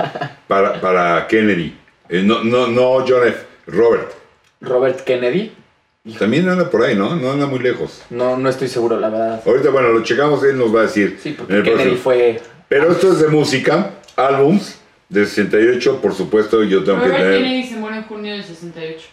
S1: para, para Kennedy? Eh, no, no, no, John F. Robert.
S2: Robert Kennedy,
S1: También anda por ahí, ¿no? No anda muy lejos.
S2: no, no estoy seguro, la verdad.
S1: Ahorita, bueno, lo checamos, él nos va a decir.
S2: Sí, porque
S1: en el
S2: Kennedy
S1: próximo.
S2: fue.
S1: Pero esto es de música, álbums de 68, por supuesto, yo tengo
S4: Robert
S1: que tener.
S4: Kennedy se muere en junio del 68.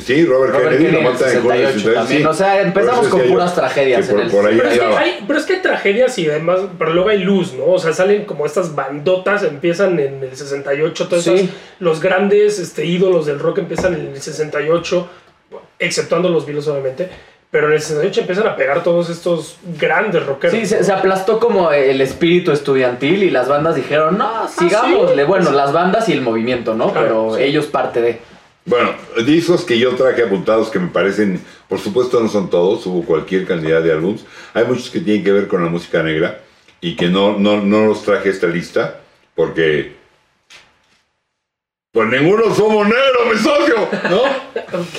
S1: Sí, Robert,
S2: Robert
S1: Kennedy,
S2: Kennedy
S1: lo
S2: en
S1: matan en junio del
S2: 68 también. O sea, empezamos
S1: Por eso
S2: con
S1: decía yo
S2: puras tragedias
S1: que por-
S2: en el-
S1: por ahí
S3: Pero es, que
S1: andaba.
S3: hay, pero es que hay tragedias y además, pero luego hay luz, ¿no? O sea, salen como estas bandotas, empiezan en el 68, todas
S2: Sí.
S3: esas- los grandes este, ídolos del rock empiezan en el 68, exceptuando los Beatles obviamente, pero en el 68 empiezan a pegar todos estos grandes rockeros.
S2: Sí, se, se aplastó como el espíritu estudiantil y las bandas dijeron, no, sigámosle.
S3: Ah, sí.
S2: Bueno, las bandas y el movimiento, ¿no?
S3: Claro,
S2: Pero
S3: sí.
S2: ellos parte de.
S1: Bueno, discos que yo traje apuntados que me parecen, por supuesto no son todos, hubo cualquier cantidad de álbums. Hay muchos que tienen que ver con la música negra y que no, no, no los traje a esta lista porque... Pues ninguno somos negros, mi socio, ¿no?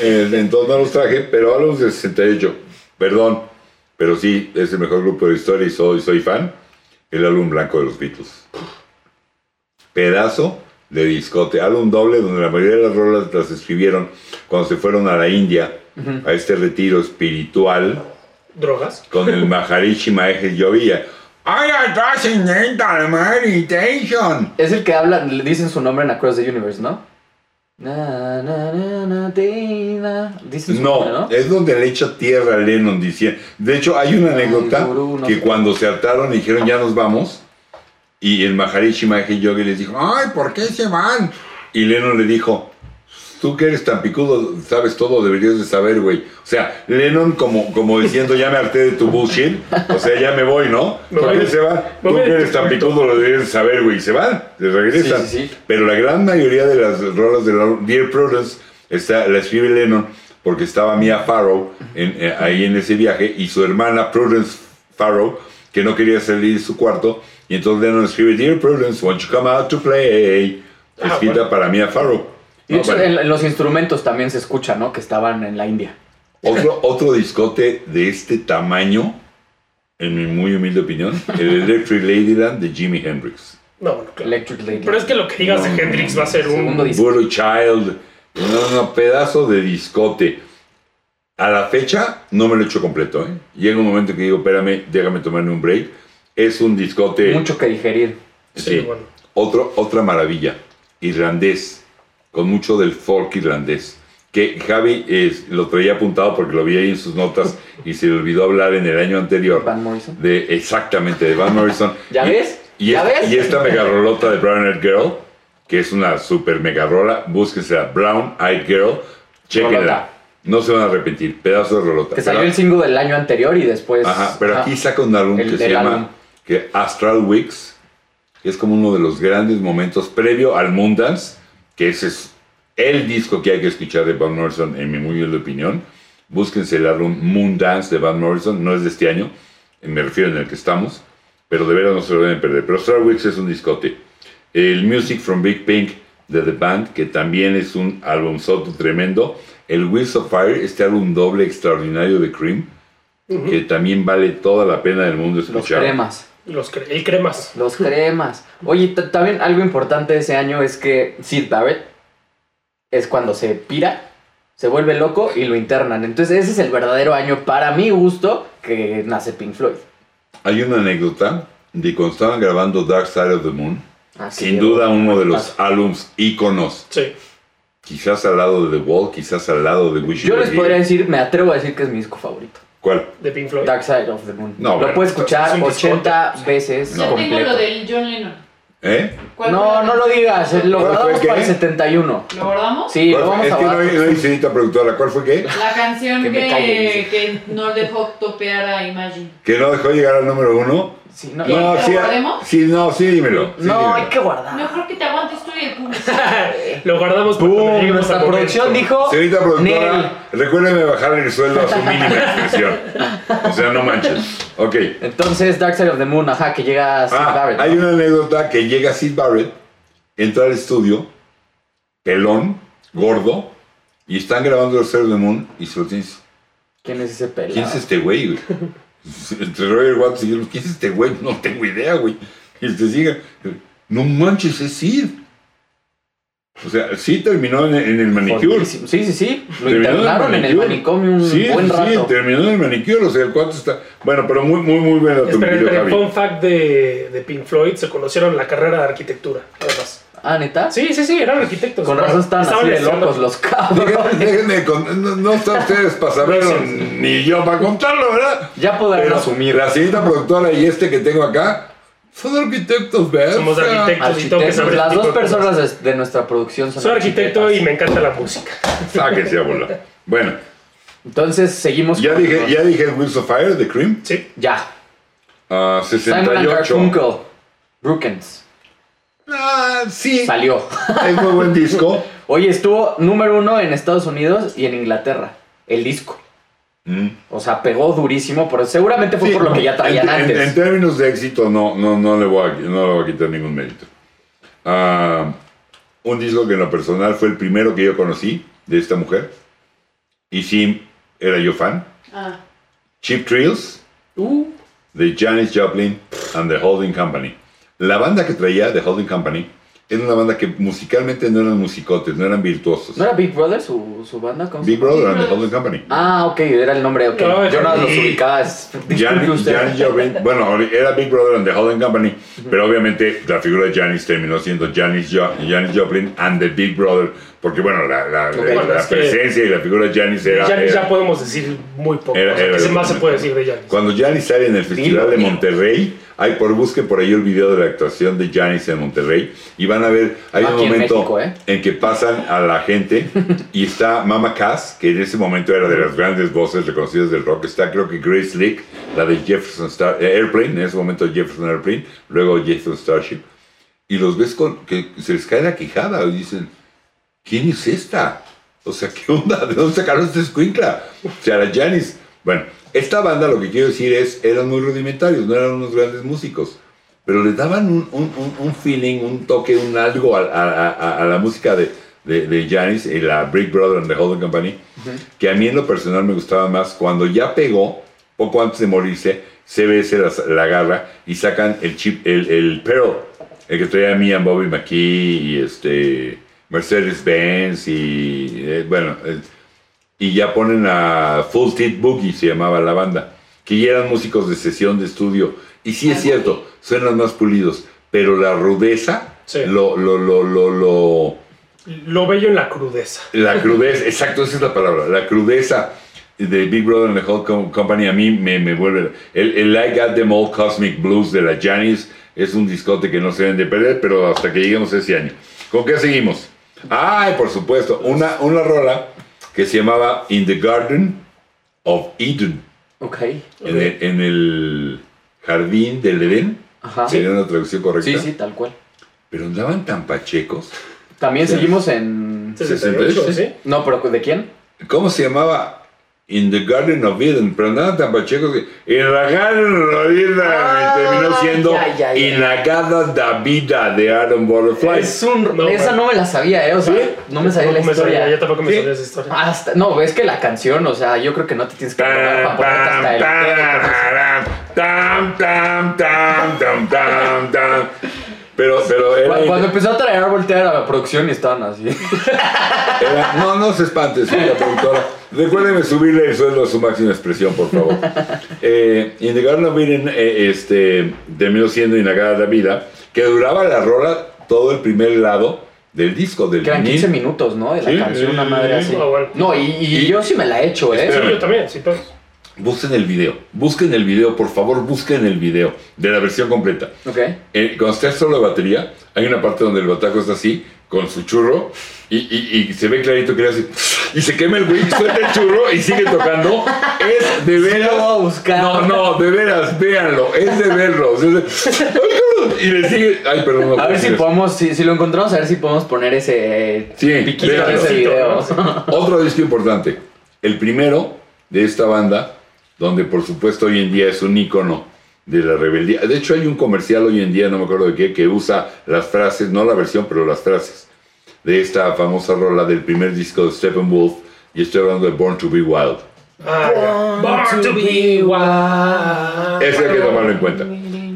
S1: Eh, Entonces no los traje, pero álbums del 68, perdón, pero sí, es el mejor grupo de la historia y soy, soy fan, el álbum blanco de los Beatles pedazo de discote, álbum doble donde la mayoría de las rolas las escribieron cuando se fueron a la India, a este retiro espiritual
S3: Drogas.
S1: con el Maharishi Mahesh Yogi. I am transcendental meditation.
S2: Es el que hablan, le dicen su nombre en Across the Universe, ¿no? Na, na, na, na, ti, na. Dicen su
S1: No,
S2: nombre,
S1: Eh,
S2: ¿no? Ah,
S1: es donde le echa tierra a Lennon diciendo. De hecho, hay una anécdota
S2: gurú, no
S1: que
S2: sé.
S1: cuando se hartaron y dijeron ya nos vamos, y el Maharishi Mahesh Yogi les dijo, ay, ¿por qué se van? Y Lennon le dijo, tú que eres tan picudo, sabes todo, deberías de saber, güey. O sea, Lennon como, como diciendo, ya me harté de tu bullshit, o sea, ya me voy, ¿no?
S3: Me
S1: ¿Por qué
S3: voy.
S1: se va?
S3: Me
S1: Tú
S3: voy
S1: que
S3: de
S1: eres
S3: tu
S1: tan
S3: cuento.
S1: picudo, lo deberías de saber, güey. Y se van, se regresan.
S2: Sí, sí, sí.
S1: Pero la gran mayoría de las rolas de la- Dear Prudence está, la escribe Lennon porque estaba Mia Farrow en- eh, ahí en ese viaje y su hermana Prudence Farrow que no quería salir de su cuarto y entonces Lennon escribe Dear Prudence, won't you come out to play?
S3: Ah,
S1: Escrita
S3: bueno.
S1: para Mia Farrow. Ah,
S2: Y de
S1: No,
S2: hecho,
S1: bueno.
S2: en, en los instrumentos también se escucha, ¿no? Que estaban en la India.
S1: Otro, otro discote de este tamaño en mi muy humilde opinión, el Electric Ladyland de Jimi Hendrix.
S3: No, bueno, claro.
S2: Electric Lady.
S3: Pero es que lo que digas de Hendrix va a ser
S2: Segundo
S3: un.
S2: disco.
S1: Burro Child. No, no, pedazo de discote. A la fecha no me lo he hecho completo. ¿eh? Llega un momento que digo, espérame, déjame tomarme un break. Es un discote.
S2: Mucho que digerir.
S1: Sí,
S3: Sí, bueno.
S1: Otro, otra maravilla, irlandés, con mucho del folk irlandés, que Javi es- lo traía apuntado porque lo vi ahí en sus notas y se le olvidó hablar en el año anterior.
S2: Van Morrison.
S1: De, exactamente, de Van Morrison.
S2: ¿Ya
S1: Y-
S2: ves?
S1: Y,
S2: ¿Ya
S1: es-
S2: ves?
S1: y esta megarrolota de Brown Eyed Girl, que es una super megarrola, búsquense a Brown Eyed Girl, chequenla.
S2: Rolota.
S1: No se van a arrepentir, pedazo de rolota.
S2: Que salió
S1: Pero-
S2: el single del año anterior y después.
S1: Ajá, pero
S2: Ah,
S1: aquí saca un álbum
S2: el
S1: que se
S2: del
S1: llama
S2: álbum.
S1: que Astral Weeks, que es como uno de los grandes momentos previo al Moondance, que ese es el disco que hay que escuchar de Van Morrison, en mi muy humilde opinión. Búsquense el álbum Moondance de Van Morrison, no es de este año, me refiero en el que estamos, pero de veras no se lo deben perder. Pero Astral Weeks es un discote. El Music from Big Pink de The Band, que también es un álbum soto tremendo. El Wheels of Fire, este álbum doble extraordinario de Cream, que también vale toda la pena del mundo
S2: Los
S1: escuchar.
S2: cremas.
S3: Los cre- el cremas.
S2: Los cremas. Oye, t- también algo importante de ese año es que Sid Barrett es cuando se pira, se vuelve loco y lo internan. Entonces ese es el verdadero año para mi gusto que nace Pink Floyd.
S1: Hay una anécdota de cuando estaban grabando Dark Side of the Moon,
S2: Así
S1: sin
S2: es.
S1: duda uno de los álbums íconos,
S3: Sí.
S1: quizás al lado de The Wall, quizás al lado de Wish You
S2: Yo
S1: Were
S2: les
S1: Here.
S2: podría decir, me atrevo a decir que es mi disco favorito.
S1: ¿Cuál?
S3: De Pink Floyd.
S2: Dark Side of the Moon.
S1: No,
S2: lo
S1: bueno,
S2: puedo
S3: es
S2: escuchar
S3: un discote.
S2: 80 veces
S4: Yo tengo
S2: completo.
S4: lo del John Lennon.
S1: ¿Eh?
S4: ¿Cuál fue
S2: No,
S4: la
S2: no lo
S4: canción?
S2: digas, eh, lo
S1: ¿Cuál fue
S2: guardamos
S1: qué?
S2: para el 71.
S4: ¿Lo guardamos?
S2: Sí, lo
S1: ¿Cuál fue?
S2: vamos
S1: es
S2: a
S1: que no
S2: guardar.
S1: hay, no hay señorita productora. ¿Cuál fue qué?
S4: La canción
S2: Que
S4: que,
S2: me callen,
S4: que no dejó topear a Imagine.
S1: ¿Que no dejó llegar al número uno?
S2: Sí, no,
S4: ¿Y
S1: No,
S4: lo
S1: sí,
S4: guardemos?
S1: sí, no, sí, dímelo. sí,
S2: no, hay
S1: dímelo.
S2: que guardar.
S4: No creo que te aguantes tú y el público.
S3: Lo guardamos para cuando
S2: Boom,
S3: lleguemos
S2: nuestra
S3: al momento.
S2: producción dijo.
S1: Señorita
S2: Nel.
S1: productora, recuérdeme bajar el sueldo a su mínima expresión. O sea, no manches. Ok.
S2: Entonces, Dark Side of the Moon, ajá, que llega Sid
S1: Ah,
S2: Barrett.
S1: hay
S2: ¿no?
S1: una anécdota que llega Sid Barrett, entra al estudio, pelón, gordo, y están grabando el Ser de Moon y se lo tienes.
S2: ¿Quién es ese pelado?
S1: ¿Quién es este güey? güey? Entre Roger Watts y yo, ¿quién es este güey? No tengo idea, güey. Y te siga, no manches, es Sid. O sea, sí terminó en, en el manicure.
S2: Jodidísimo. Sí, sí, sí. Lo
S1: Terminó en el
S2: internaron en el
S1: manicure.
S2: manicomio un
S1: Sí,
S2: buen
S1: sí,
S2: rato.
S1: terminó en el manicure, o sea, el cuarto está... Bueno, pero muy, muy, muy buena tu
S3: Espera,
S1: video,
S3: espera,
S1: Javi.
S3: fun fact de, de Pink Floyd, se conocieron en la carrera de arquitectura, además.
S2: Ah, ¿neta?
S3: Sí, sí, sí, eran arquitectos.
S1: pues,
S2: Con razón estaban así de
S3: estudiando-
S2: locos los
S1: Déjenme,
S2: cabros.
S1: déjenme con- no, no están ustedes para saberlo, ni yo para contarlo, ¿verdad?
S2: Ya podrán
S1: Pero
S2: asumir.
S1: la señorita productora y este que tengo acá son arquitectos, ¿verdad?
S3: Somos
S1: O sea,
S3: arquitectos. Pues sí, tengo que
S2: Arquitectos,
S3: saber
S2: las
S3: el tipo
S2: dos
S3: de cosas.
S2: personas
S1: pues.
S2: de, de nuestra producción son
S3: Soy arquitecto y
S2: arquitectas.
S3: me encanta la música.
S1: Sáquense a volar. Bueno,
S2: Entonces, seguimos
S1: ya
S2: con-
S1: dije, ya dije el Wheels of Fire de Cream.
S3: Sí.
S2: Ya.
S1: Ah,
S2: Simon and
S1: 68.
S2: Garfunkel. Brookens.
S1: Ah, sí,
S2: Salió.
S1: es muy buen disco.
S2: Oye, estuvo número uno en Estados Unidos y en Inglaterra. El disco.
S1: Mm.
S2: O sea, pegó durísimo, pero seguramente fue
S1: Sí,
S2: por lo que ya traían
S1: en, en-
S2: antes.
S1: en términos de éxito, no, no, no, le voy a, no le voy a quitar ningún mérito. Ah, un disco que en lo personal fue el primero que yo conocí de esta mujer. Y sí, era yo fan.
S4: Ah,
S1: Cheap Thrills
S2: Uh,
S1: de Janis Joplin and the Holding Company. La banda que traía The Holding Company era una banda que musicalmente no eran musicotes, no eran virtuosos.
S2: ¿No era Big Brother su, su banda? ¿Cómo se
S1: Big Brother and the
S4: Big Brothers.
S1: Holding Company.
S2: Ah, ok, era el nombre, ok.
S3: No,
S2: Yo no
S3: sí.
S2: los ubicaba. es-
S1: Jan-
S2: disculpe usted.
S1: Janis Joplin, bueno, ori- era Big Brother and the Holding Company, pero obviamente la figura de Janis terminó siendo Janis, Jo- Janis Joplin and the Big Brother, porque bueno, la, la-
S2: Ok.
S1: la-
S3: Bueno,
S1: la
S3: es que-
S1: presencia y la figura de Janis era...
S3: Janis
S1: era-
S3: ya podemos decir muy poco.
S1: Era-
S3: o sea,
S1: era
S3: ¿qué se
S1: el
S3: más se
S1: momento.
S3: puede decir de Janis?
S1: cuando Janis sale en el Festival de
S2: dilo.
S1: Monterrey, hay por busquen por ahí el video de la actuación de Janis en Monterrey y van a ver, hay un
S2: Aquí en
S1: momento
S2: México, ¿eh?
S1: en que pasan a la gente y está Mama Cass, que en ese momento era de las grandes voces reconocidas del rock. Está creo que Grace Lick, la de Jefferson Star eh, Airplane, en ese momento Jefferson Airplane, luego Jefferson Starship. Y los ves con que se les cae la quijada y dicen, ¿quién es esta? O sea, ¿qué onda? ¿De dónde sacaron esta escuincla? O sea, la Janis. Bueno, esta banda lo que quiero decir es, eran muy rudimentarios, no eran unos grandes músicos pero le daban un, un- un- un feeling, un toque, un algo a, a- a- a la música de, de, de Janis y la Brick Brother and the Holding Company, que a mí en lo personal me gustaba más cuando ya pegó, poco antes de morirse, CBS las- la, agarra y sacan el chip, el, el Pearl, el que traía Mian Bobby McKee y este Mercedes Benz y eh, bueno, eh, y ya ponen a Full Tit Boogie, se llamaba la banda, que ya eran músicos de sesión de estudio. Y sí es
S4: Ah,
S1: cierto, suenan más pulidos, pero la rudeza,
S3: Sí.
S1: lo, lo, lo, lo, lo,
S3: Lo bello en la crudeza.
S1: la crudeza, exacto, esa es la palabra. La crudeza de Big Brother and the Whole Company a mí me, me vuelve. El, el I Got Them All Cosmic Blues de la Janis es un discote que no se deben de perder, pero hasta que lleguemos a ese año. ¿Con qué seguimos? Ay, por supuesto, una, una rola que se llamaba In the Garden of Eden,
S2: Ok.
S1: en el, en el jardín del Edén.
S2: Ajá. Sí,
S1: Sería una traducción correcta.
S2: Ah. sí, tal cual.
S1: Pero andaban tan pachecos.
S2: También
S1: Sí.
S2: seguimos en.
S3: 68, ¿sí?
S2: No, pero ¿de quién?
S1: ¿Cómo se llamaba? In the Garden of Eden, pero andaban tan pachecos que en la Garden of Eden
S2: Ah,
S1: y terminó siendo
S2: ya, ya, ya.
S1: En la Gada da Vida de Aaron Butterfly.
S3: Es un...
S2: Esa no me la sabía, ¿eh? O sea,
S1: ¿Sí?
S2: no me sabía la
S3: Tampoco me
S2: historia. Ah,
S3: sabía, Yo tampoco me
S1: Sí.
S3: sabía esa historia.
S2: Hasta, no, es que la canción, o sea, yo creo que no te tienes que acordar
S1: Tam,
S2: para ponerte hasta el pedo, pues.
S1: tam, tam, tam, tam, tam, tam, tam. Pero, pero
S2: Cu-
S1: era,
S2: Cuando, empezó a traer voltear a la producción y estaban así.
S1: era- No, no se espante, señora productora. Recuérdenme subirle el sueldo a su máxima expresión, por favor. Eh, In the Garden of Eden eh, este, terminó siendo Inagada la Vida, que duraba la rola todo el primer lado del disco, del
S2: Que eran 15
S1: vinil.
S2: minutos, ¿no? De la
S1: Sí.
S2: canción, una madre así.
S3: Ah, bueno.
S2: No, y, y
S1: Y-
S2: yo sí me la he hecho, ¿eh?
S1: Espérame.
S3: Sí, yo también, sí, pues. todos.
S1: Busquen el video, busquen el video, por favor, busquen el video de la versión completa.
S2: Ok.
S1: Eh, cuando está solo de batería, hay una parte donde el bataco está así, con su churro, y, y- y se ve clarito que le hace. Y se quema el güey, suelta el churro y sigue tocando. Es de veras.
S2: lo voy a buscar.
S1: No, no, de veras, véanlo. Es de verlo. Es de- Y le sigue. Ay, perdón. no
S2: A ver
S1: puedo
S2: si
S1: decir
S2: podemos, si, si lo encontramos, a ver si podemos poner ese eh,
S1: Sí,
S2: piquito de
S1: véanlo.
S2: ese video.
S1: eso. Otro disco importante. El primero de esta banda, donde por supuesto hoy en día es un ícono de la rebeldía. De hecho, hay un comercial hoy en día, no me acuerdo de qué, que usa las frases, no la versión, pero las frases de esta famosa rola del primer disco de Steppenwolf. Y estoy hablando de Born to Be Wild.
S3: Ah, ya. Born to be wild.
S1: Eso hay que tomarlo en cuenta.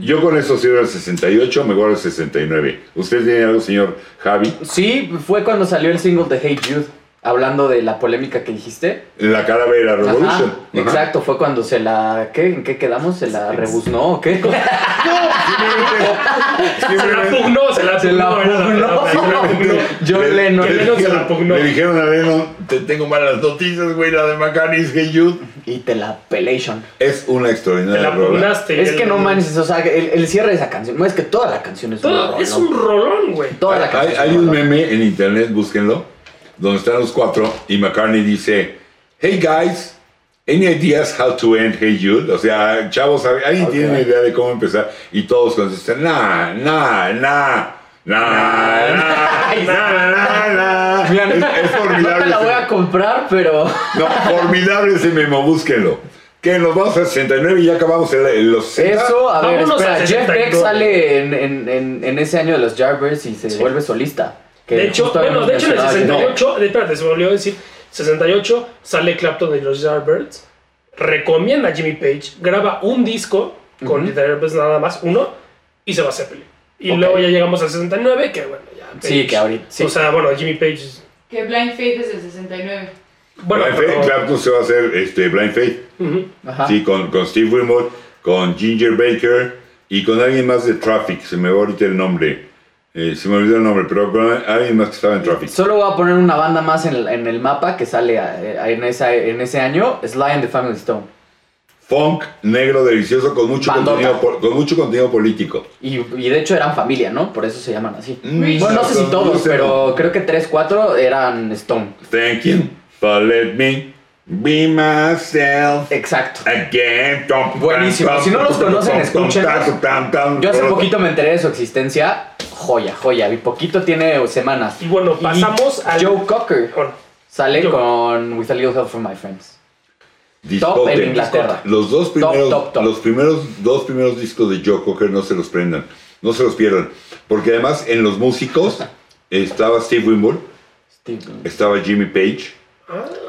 S1: Yo con eso cierro el 68, me guardo el 69. ¿Usted tiene algo, señor Javi?
S2: Sí, fue cuando salió el single de Hey Jude, hablando de la polémica que dijiste.
S1: La calavera
S2: Ajá,
S1: Revolution. Ajá.
S2: Exacto, fue cuando se la. ¿qué? ¿En qué quedamos? ¿Se la rebuznó o qué?
S3: Se la
S1: Simplemente-
S3: pugnó, se la
S2: Se la
S3: pugnó, era
S2: pugnó.
S3: se la pugnó.
S2: John
S1: Le-
S2: Lennon.
S3: que Lennon se la pugnó.
S1: Le dijeron a Lennon, te tengo malas noticias, güey, la de Macanis Hey Jude.
S2: Y te la pelation.
S1: Es una
S3: Te
S1: extraordinaria
S3: la
S1: rola.
S3: pugnaste.
S2: Es que no
S3: El-
S2: manches, o sea, el, el cierre de esa canción. No, es que toda la canción es un
S3: Todo-
S2: horror,
S3: Es
S2: ¿no?
S3: un rolón, güey.
S2: Toda la
S1: Hay,
S2: canción.
S1: hay
S2: es
S1: un
S2: horror.
S1: meme en internet, búsquenlo, donde están los cuatro y McCartney dice, hey guys, any ideas how to end Hey Jude? O sea, chavos, ¿alguien
S2: Ok.
S1: tiene una idea de cómo empezar? Y todos contestan, nah, nah, nah. Nah, nah, nah, nah, nah.
S2: Mira,
S1: Es, es
S2: No
S1: formidable.
S2: te la voy
S1: ese-
S2: a comprar, pero.
S1: No, formidable ese memo, búsquenlo. Que nos vamos al 69 y ya acabamos el, el- los 60.
S2: Eso, a ver,
S3: Vámonos
S2: espera.
S3: al
S2: Jeff Beck
S3: 62.
S2: sale en, en- en- en ese año de los Jarvers y se vuelve solista. que
S3: De hecho,
S2: justo
S3: bueno,
S2: habíamos
S3: de hecho en el
S2: mencionado ayer.
S3: 68, de- espérate, se me olvidó decir, 68 sale Clapton de los Yardbirds, recomienda a Jimmy Page, graba un disco con The Yardbirds nada más, uno, y se va a Zeppelin. Y
S2: Ok.
S3: luego ya llegamos al 69, que bueno, ya.
S2: Sí, que ahorita- sí.
S3: O sea, bueno, Jimmy Page. es-
S4: Que Blind Faith es del 69.
S3: Bueno,
S1: Blind
S3: pero-
S1: Faith, Clapton se va a hacer este, Blind Faith.
S3: Ujú.
S2: Ajá.
S1: Sí, con, con Steve Wilmot, con Ginger Baker y con alguien más de Traffic. Se me va ahorita el nombre. Eh, se me olvidó el nombre, pero con alguien más que estaba en Traffic.
S2: Solo voy a poner una banda más en el, en el mapa que sale a- a- en, esa, en ese año: Sly and the Family Stone.
S1: Funk negro delicioso con mucho,
S2: Bandota.
S1: contenido, po- con mucho contenido político.
S2: Y, y de hecho eran familia, ¿no? Por eso se llaman así.
S1: Mm,
S2: Bueno, no sé si
S1: no, no
S2: todos,
S1: sé.
S2: pero creo que 3, 4 eran Stone.
S1: Thank you for let me be myself.
S2: Exacto.
S1: Again,
S2: Buenísimo. Si no los conocen, escúchenlos. Yo hace poquito me enteré de su existencia. Joya, joya. Y poquito tiene semanas.
S3: Y bueno, pasamos al-
S2: Joe Cocker
S3: Bueno,
S2: sale
S3: Joe-
S2: con With a Little Help from My Friends.
S1: Discote.
S2: Top en Inglaterra.
S1: Los dos primeros,
S2: top, top.
S1: los primeros, dos primeros discos de Joe Cocker no se los prendan, no se los pierdan, porque además en los músicos estaba Steve Winwood,
S2: Steve-
S1: estaba Jimmy Page,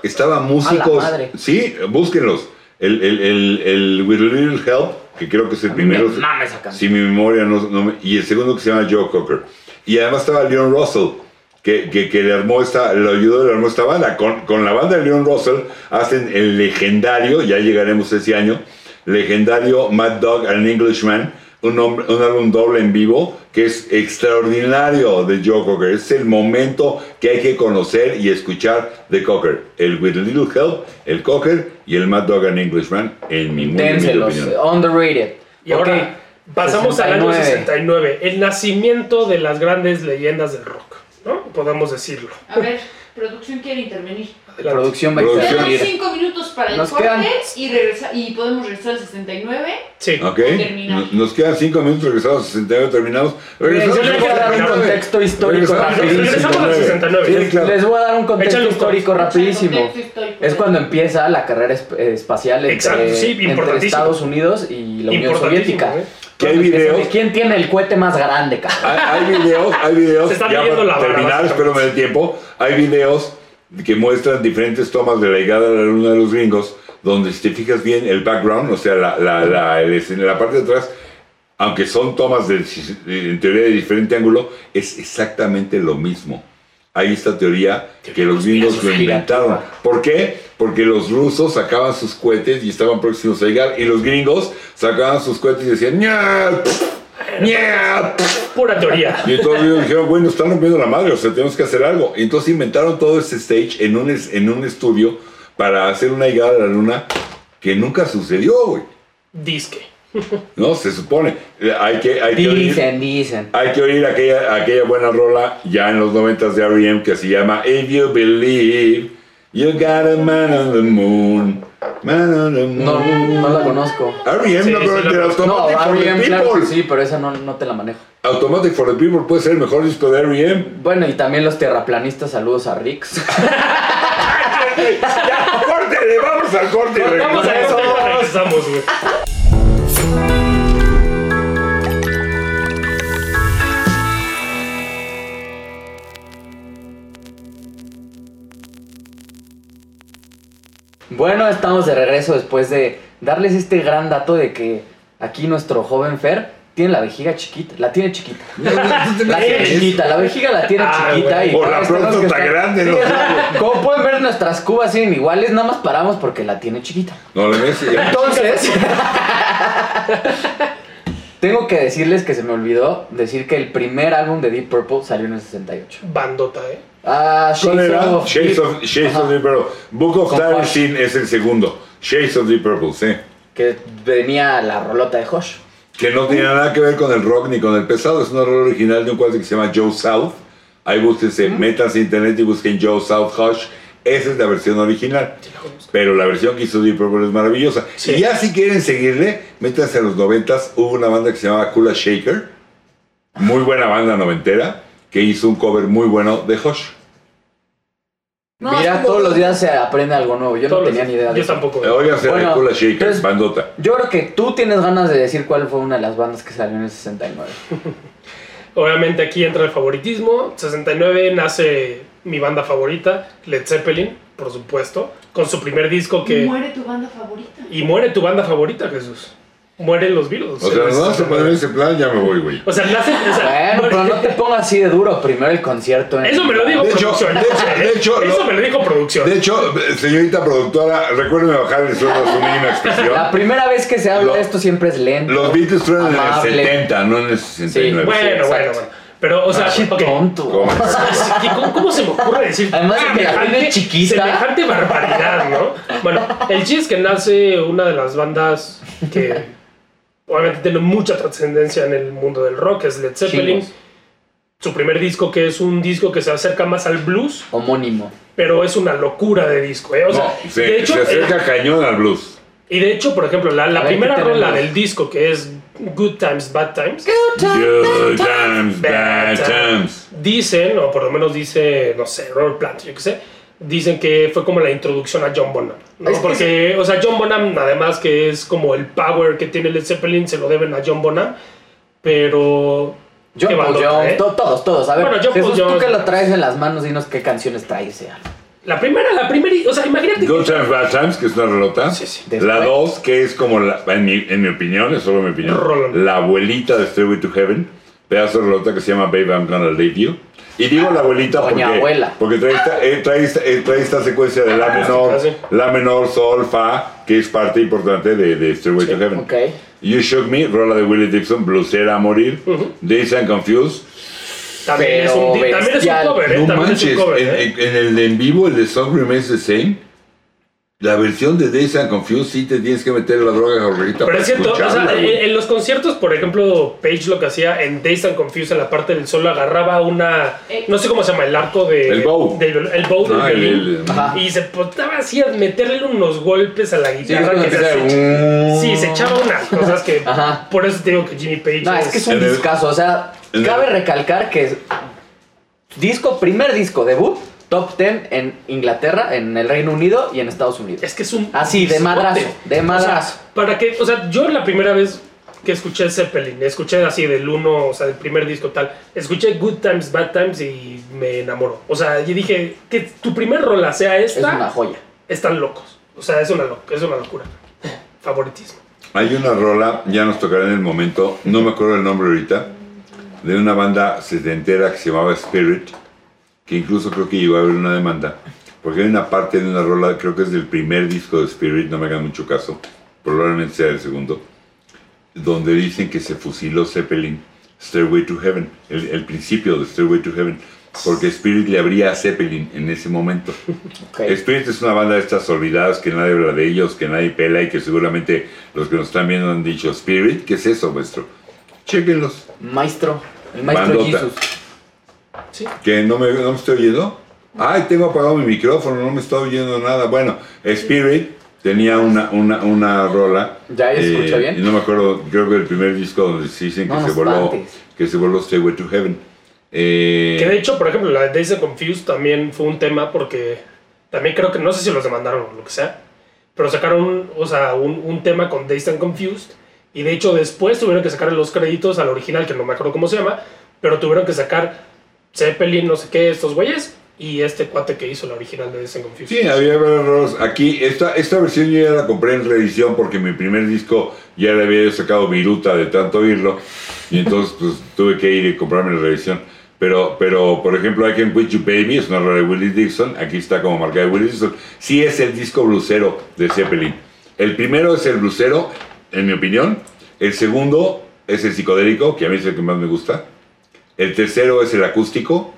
S1: estaba músicos,
S2: Ah. madre.
S1: sí, búsquenlos. El, el, el, el With a Little Help que creo que es el
S2: A mí me
S1: primero.
S2: mama esa canción.
S1: Si mi memoria no, no me- Y el segundo que se llama Joe Cocker. Y además estaba Leon Russell, que, que, que le armó esta, lo ayudó, le armó esta banda. Con, con la banda de Leon Russell hacen el legendario, ya llegaremos ese año, legendario Mad Dog and Englishman, un, hombre- un álbum doble en vivo que es extraordinario de Joe Cocker. Es el momento que hay que conocer y escuchar de Cocker. El With a Little Help, el Cocker y el Mad Dog and Englishman, en mi muy humilde
S2: Dénselos,
S1: opinión.
S2: underrated.
S3: Y ahora pasamos al año 69, el nacimiento de las grandes leyendas del rock, ¿no? Podemos decirlo.
S4: A ver, producción quiere intervenir.
S2: La
S3: Adelante.
S2: producción va a
S1: Producción.
S4: Quedan
S2: intervenir.
S4: cinco minutos para el
S2: Nos
S4: corte
S2: quedan-
S4: y, regresa- y podemos regresar al 69.
S3: Sí.
S1: Ok,
S4: Terminar.
S1: no- nos quedan 5 minutos, regresamos a 69, terminados.
S2: Yo les voy a dar un
S3: Regresamos.
S2: contexto histórico
S1: Regresamos.
S2: rapidísimo.
S3: Regresamos al 69.
S1: Sí, claro.
S2: Les voy a dar un contexto
S3: Échale un
S2: histórico
S4: contexto.
S2: rapidísimo.
S4: Contexto histórico.
S2: Es cuando empieza la carrera esp- eh, espacial entre,
S3: Exacto, sí,
S2: entre
S3: importantísimo.
S2: Estados Unidos y la Unión
S3: Importantísimo,
S2: Soviética.
S3: ¿eh?
S1: Que hay
S2: Entonces,
S1: videos.
S2: ¿de ¿Quién tiene el cohete más grande, cabrón?
S1: Hay, hay videos, hay videos.
S3: Se está
S1: ya
S3: midiendo
S1: para
S3: la vara,
S1: terminar,
S3: básicamente.
S1: espero me dé tiempo. Hay videos que muestran diferentes tomas de la llegada a la luna de los gringos, donde si te fijas bien el background, o sea, la, la, la, el escena- la parte de atrás, aunque son tomas de, en teoría de diferente ángulo, es exactamente lo mismo. Hay esta teoría que los gringos lo inventaron. ¿Por qué? Porque los rusos sacaban sus cohetes y estaban próximos a llegar, y los gringos sacaban sus cohetes y decían, ¡Nya!
S3: pues,
S1: pf, ¡Nya! pf".
S3: Pura teoría.
S1: Y entonces ellos dijeron, bueno, están rompiendo la madre, o sea, tenemos que hacer algo. Y entonces inventaron todo ese stage en un, es- en un estudio para hacer una llegada a la luna que nunca sucedió, güey.
S3: Disque.
S1: No, se supone. Eh, Hay que, hay que oír,
S2: Dicen, dicen.
S1: hay que oír aquella, aquella buena rola ya en los noventas de R.E.M. que se llama If You Believe You Got a Man on the Moon. Man on the Moon.
S2: No, no la conozco.
S1: R.E.M.
S3: Sí,
S1: no
S3: sí,
S1: creo
S3: la
S1: que era
S3: conozco.
S2: No,
S1: Automatic for the
S2: R.E.M., claro que
S1: People.
S2: sí, pero esa no, no te la manejo.
S1: Automatic for the People puede ser el mejor disco de E R.E.M.
S2: Bueno, y también los terraplanistas, saludos a Rix.
S1: Ya, córtele, vamos al corte. y
S3: Vamos a eso.
S1: regresamos.
S3: Regresamos, güey.
S2: Bueno, estamos de regreso después de darles este gran dato de que aquí nuestro joven Fer tiene la vejiga chiquita, la tiene chiquita. La tiene
S3: crees?
S2: chiquita, la vejiga la tiene
S3: Ah,
S2: chiquita.
S3: güey.
S2: y
S1: Por
S2: para
S1: la
S2: estos
S1: pronto
S2: que
S1: está
S2: están-
S1: grande,
S2: Sí,
S1: ¿no?
S2: o sea, Como pueden ver, nuestras cubas siguen iguales, nada más paramos porque la tiene chiquita.
S1: No, la mía sí, ya.
S2: Entonces, tengo que decirles que se me olvidó decir que el primer álbum de Deep Purple salió en el 68.
S3: Bandota, ¿eh?
S2: Ah,
S1: ¿Cuál
S2: Shades
S1: era?
S2: of
S1: Shades
S2: Deep,
S1: of, Shades
S2: Ajá.
S1: of Deep Purple. Book of
S2: Con Flash.
S1: Tyrantine es el segundo. Shades of Deep Purple, sí.
S2: que venía la rolota de Hosh.
S1: Que no tiene nada que ver con el rock ni con el pesado. Es una rola original de un cuate que se llama Joe South. Ahí búsquense, métanse a internet y busquen Joe South Hush. Esa es la versión original.
S3: Sí, la conozco.
S1: Pero la versión que hizo Deep Purple es maravillosa.
S3: Sí.
S1: Y ya si quieren seguirle, métanse a los noventas. Hubo una banda que se llamaba Kula Shaker, muy buena banda noventera, que hizo un cover muy bueno de Hosh.
S2: Mira, todos los días se aprende algo nuevo. Yo
S3: Todos
S2: no
S3: los-
S2: tenía ni idea de
S3: Yo
S2: eso.
S3: tampoco. güey.
S1: Óiganse
S2: Bueno,
S1: a Eh, Kula Shaker,
S2: entonces-
S1: bandota.
S2: Yo creo que tú tienes ganas de decir cuál fue una de las bandas que salió en el 69.
S3: ¿eh? Obviamente aquí entra el favoritismo. 69 nace mi banda favorita, Led Zeppelin, por supuesto, con su primer disco que...
S4: Muere tu banda favorita.
S3: Y muere tu banda favorita, Jesús. Mueren los Beatles.
S1: O sea, nos vamos a poner en ese plan, ya me voy, güey.
S3: O sea, nace... o sea,
S2: Bueno,
S3: muere-
S2: pero no te pongas así de duro. Primero el concierto. en-
S3: Eso me lo dijo
S1: De hecho,
S3: producción. ¿eh?
S1: de hecho, de hecho,
S3: eso
S1: lo-
S3: me lo dijo producción.
S1: De hecho, señorita productora, recuérdeme bajar el sueldo a su mínima
S2: La
S1: expresión.
S2: primera vez que se habla
S1: Lo-
S2: de esto siempre es lento.
S1: Los Beatles fueron en el
S2: amable.
S1: 70, no en el 69.
S2: Sí,
S3: bueno,
S2: exacto.
S3: bueno, bueno. Pero, o sea,
S2: Qué
S3: ok.
S2: tonto.
S1: Ah, ¿Cómo?
S3: ¿Qué- ¿Cómo, cómo se me ocurre decir "Ah,
S2: Además de que la
S3: semejante-
S2: tiene chiquita.
S3: semejante barbaridad, ¿no? Bueno, el chiste es que nace una de las bandas que obviamente tiene mucha trascendencia en el mundo del rock, es Led Zeppelin.
S2: Chingos.
S3: Su primer disco, que es un disco que se acerca más al blues,
S2: Homónimo.
S3: pero es una locura de disco. ¿eh? O sea,
S1: No, se,
S3: de hecho,
S1: se acerca cañón al blues.
S3: y de hecho, por ejemplo, la, la
S2: A ver,
S3: primera
S2: ¿qué
S3: rola
S2: tenemos?
S3: del disco, que es Good Times, Bad Times.
S1: Good times, bad times.
S3: Dicen, o por lo menos dice, no sé, Robert Plant, yo qué sé, dicen que fue como la introducción a John Bonham. ¿no?
S2: Es que
S3: Porque, o sea, John Bonham, además que es como el power que tiene Led Zeppelin, se lo deben a John Bonham, pero.
S2: John
S3: qué
S2: Paul
S3: bandota,
S2: Jones,
S3: ¿eh?
S2: to- todos, todos. A ver,
S3: Bueno, John Paul
S2: Jesús, tú
S3: Jones.
S2: que lo traes en las manos, dinos qué canciones traes. eh.
S3: La primera, la primera, y- o sea, imagínate.
S1: Good
S3: que-
S1: Times, Bad Times, que es una rolota.
S3: Sí, sí.
S1: La
S2: Después-
S1: 2, que es como, la, en, mi, en mi opinión, es solo mi opinión,
S3: Rolón.
S1: la abuelita de Stairway to Heaven, pedazo de rolota que se llama Baby I'm Gonna Leave You. Y digo la abuelita
S2: Doña
S1: porque,
S2: abuela.
S1: porque trae, esta, eh, trae esta- eh, trae esta secuencia de la menor,
S3: sí.
S1: la menor, sol, fa, que es parte importante de, de Stairway to Heaven.
S2: Ok.
S1: You Shook Me, rola de Willie Dixon, blusera a morir, Days and Confused.
S3: También es,
S2: Pero
S3: un, también es un
S2: bestial.
S3: cover, ¿eh?
S1: No
S3: también
S1: manches,
S3: es un cover.
S1: en,
S3: ¿eh?
S1: en- en el de en vivo, el de Song Remains the Same, la versión de Days and Confused sí te tienes que meter la droga ahorita
S3: Pero
S1: para
S3: es cierto, o sea,
S1: escucharla,
S3: en,
S1: güey.
S3: en los conciertos, por ejemplo, Page lo que hacía en Days and Confused, en la parte del solo, agarraba una. No sé cómo se llama, el arco de.
S1: El bow.
S3: del- el bow del
S1: Ah, el-
S3: violín.
S1: el-
S2: Ajá.
S3: Y se portaba así a meterle unos golpes a la
S2: Sí, es
S3: guitarra.
S2: cuando
S3: que se
S2: empieza
S3: hace-
S2: el-
S3: Sí, se echaba unas cosas que.
S2: Ajá.
S3: Por eso te digo que Jimmy Page.
S2: No, es que es
S1: En
S2: un
S1: el-
S2: discazo. O sea,
S1: en el-
S2: cabe recalcar que es disco, primer disco, debut, top 10 en Inglaterra, en el Reino Unido y en Estados Unidos.
S3: Es que es un.
S2: Así, Ah, de madrazo,
S3: discote.
S2: de madrazo.
S3: O sea, para que, o sea, yo la primera vez que escuché Zeppelin, escuché así del uno, o sea, del primer disco tal, escuché Good Times, Bad Times y me enamoró. O sea, yo dije que tu primer rola sea
S2: es una
S3: esta,
S2: joya.
S3: están locos. O sea, es una, lo- es una locura. Favoritismo.
S1: Hay una rola, ya nos tocará en el momento, no me acuerdo el nombre ahorita, de una banda setentera que se llamaba Spirit, que incluso creo que llegó a haber una demanda, porque hay una parte de una rola, creo que es del primer disco de Spirit, no me hagan mucho caso, probablemente sea el segundo, donde dicen que se fusiló Zeppelin, Stairway to Heaven, el, el principio de Stairway to Heaven, porque Spirit le abría a Zeppelin en ese momento.
S2: Ok.
S1: Spirit es una banda de estas olvidadas que nadie habla de ellos, que nadie pela y que seguramente los que nos están viendo han dicho, Spirit, ¿qué es eso, maestro? Chéquenlos.
S2: Maestro, el maestro
S1: Bandota.
S2: Jesus.
S3: Sí.
S1: ¿Que no me, no me estoy oyendo? Ay, tengo apagado mi micrófono, no me está oyendo nada. Bueno, Spirit tenía una, una, una rola.
S2: ¿Ya escucha bien?
S1: y No me acuerdo, creo que el primer disco donde se dicen que
S2: No
S1: se
S2: nos
S1: voló,
S2: espantes.
S1: que se voló Stairway to Heaven. Eh,
S3: Que de hecho, por ejemplo, la de Days of Confused también fue un tema porque también creo que no sé si los demandaron o lo que sea, pero sacaron, o sea, un, un tema con Days and Confused y de hecho después tuvieron que sacar los créditos al original que no me acuerdo cómo se llama, pero tuvieron que sacar Zeppelin, no sé qué, estos güeyes y este cuate que hizo la original de Days and Confused.
S1: Sí, había varios errores. Aquí, esta, esta versión yo ya la compré en reedición porque mi primer disco ya le había sacado viruta de tanto oírlo. Y entonces pues, tuve que ir y comprarme la reedición. Pero, pero por ejemplo, I Can Quit You Baby es una rola de Willie Dixon. Aquí está como marca de Willie Dixon. Sí es el disco blusero de Zeppelin. El primero es el blusero, en mi opinión. El segundo es el psicodélico, que a mí es el que más me gusta. El tercero es el acústico.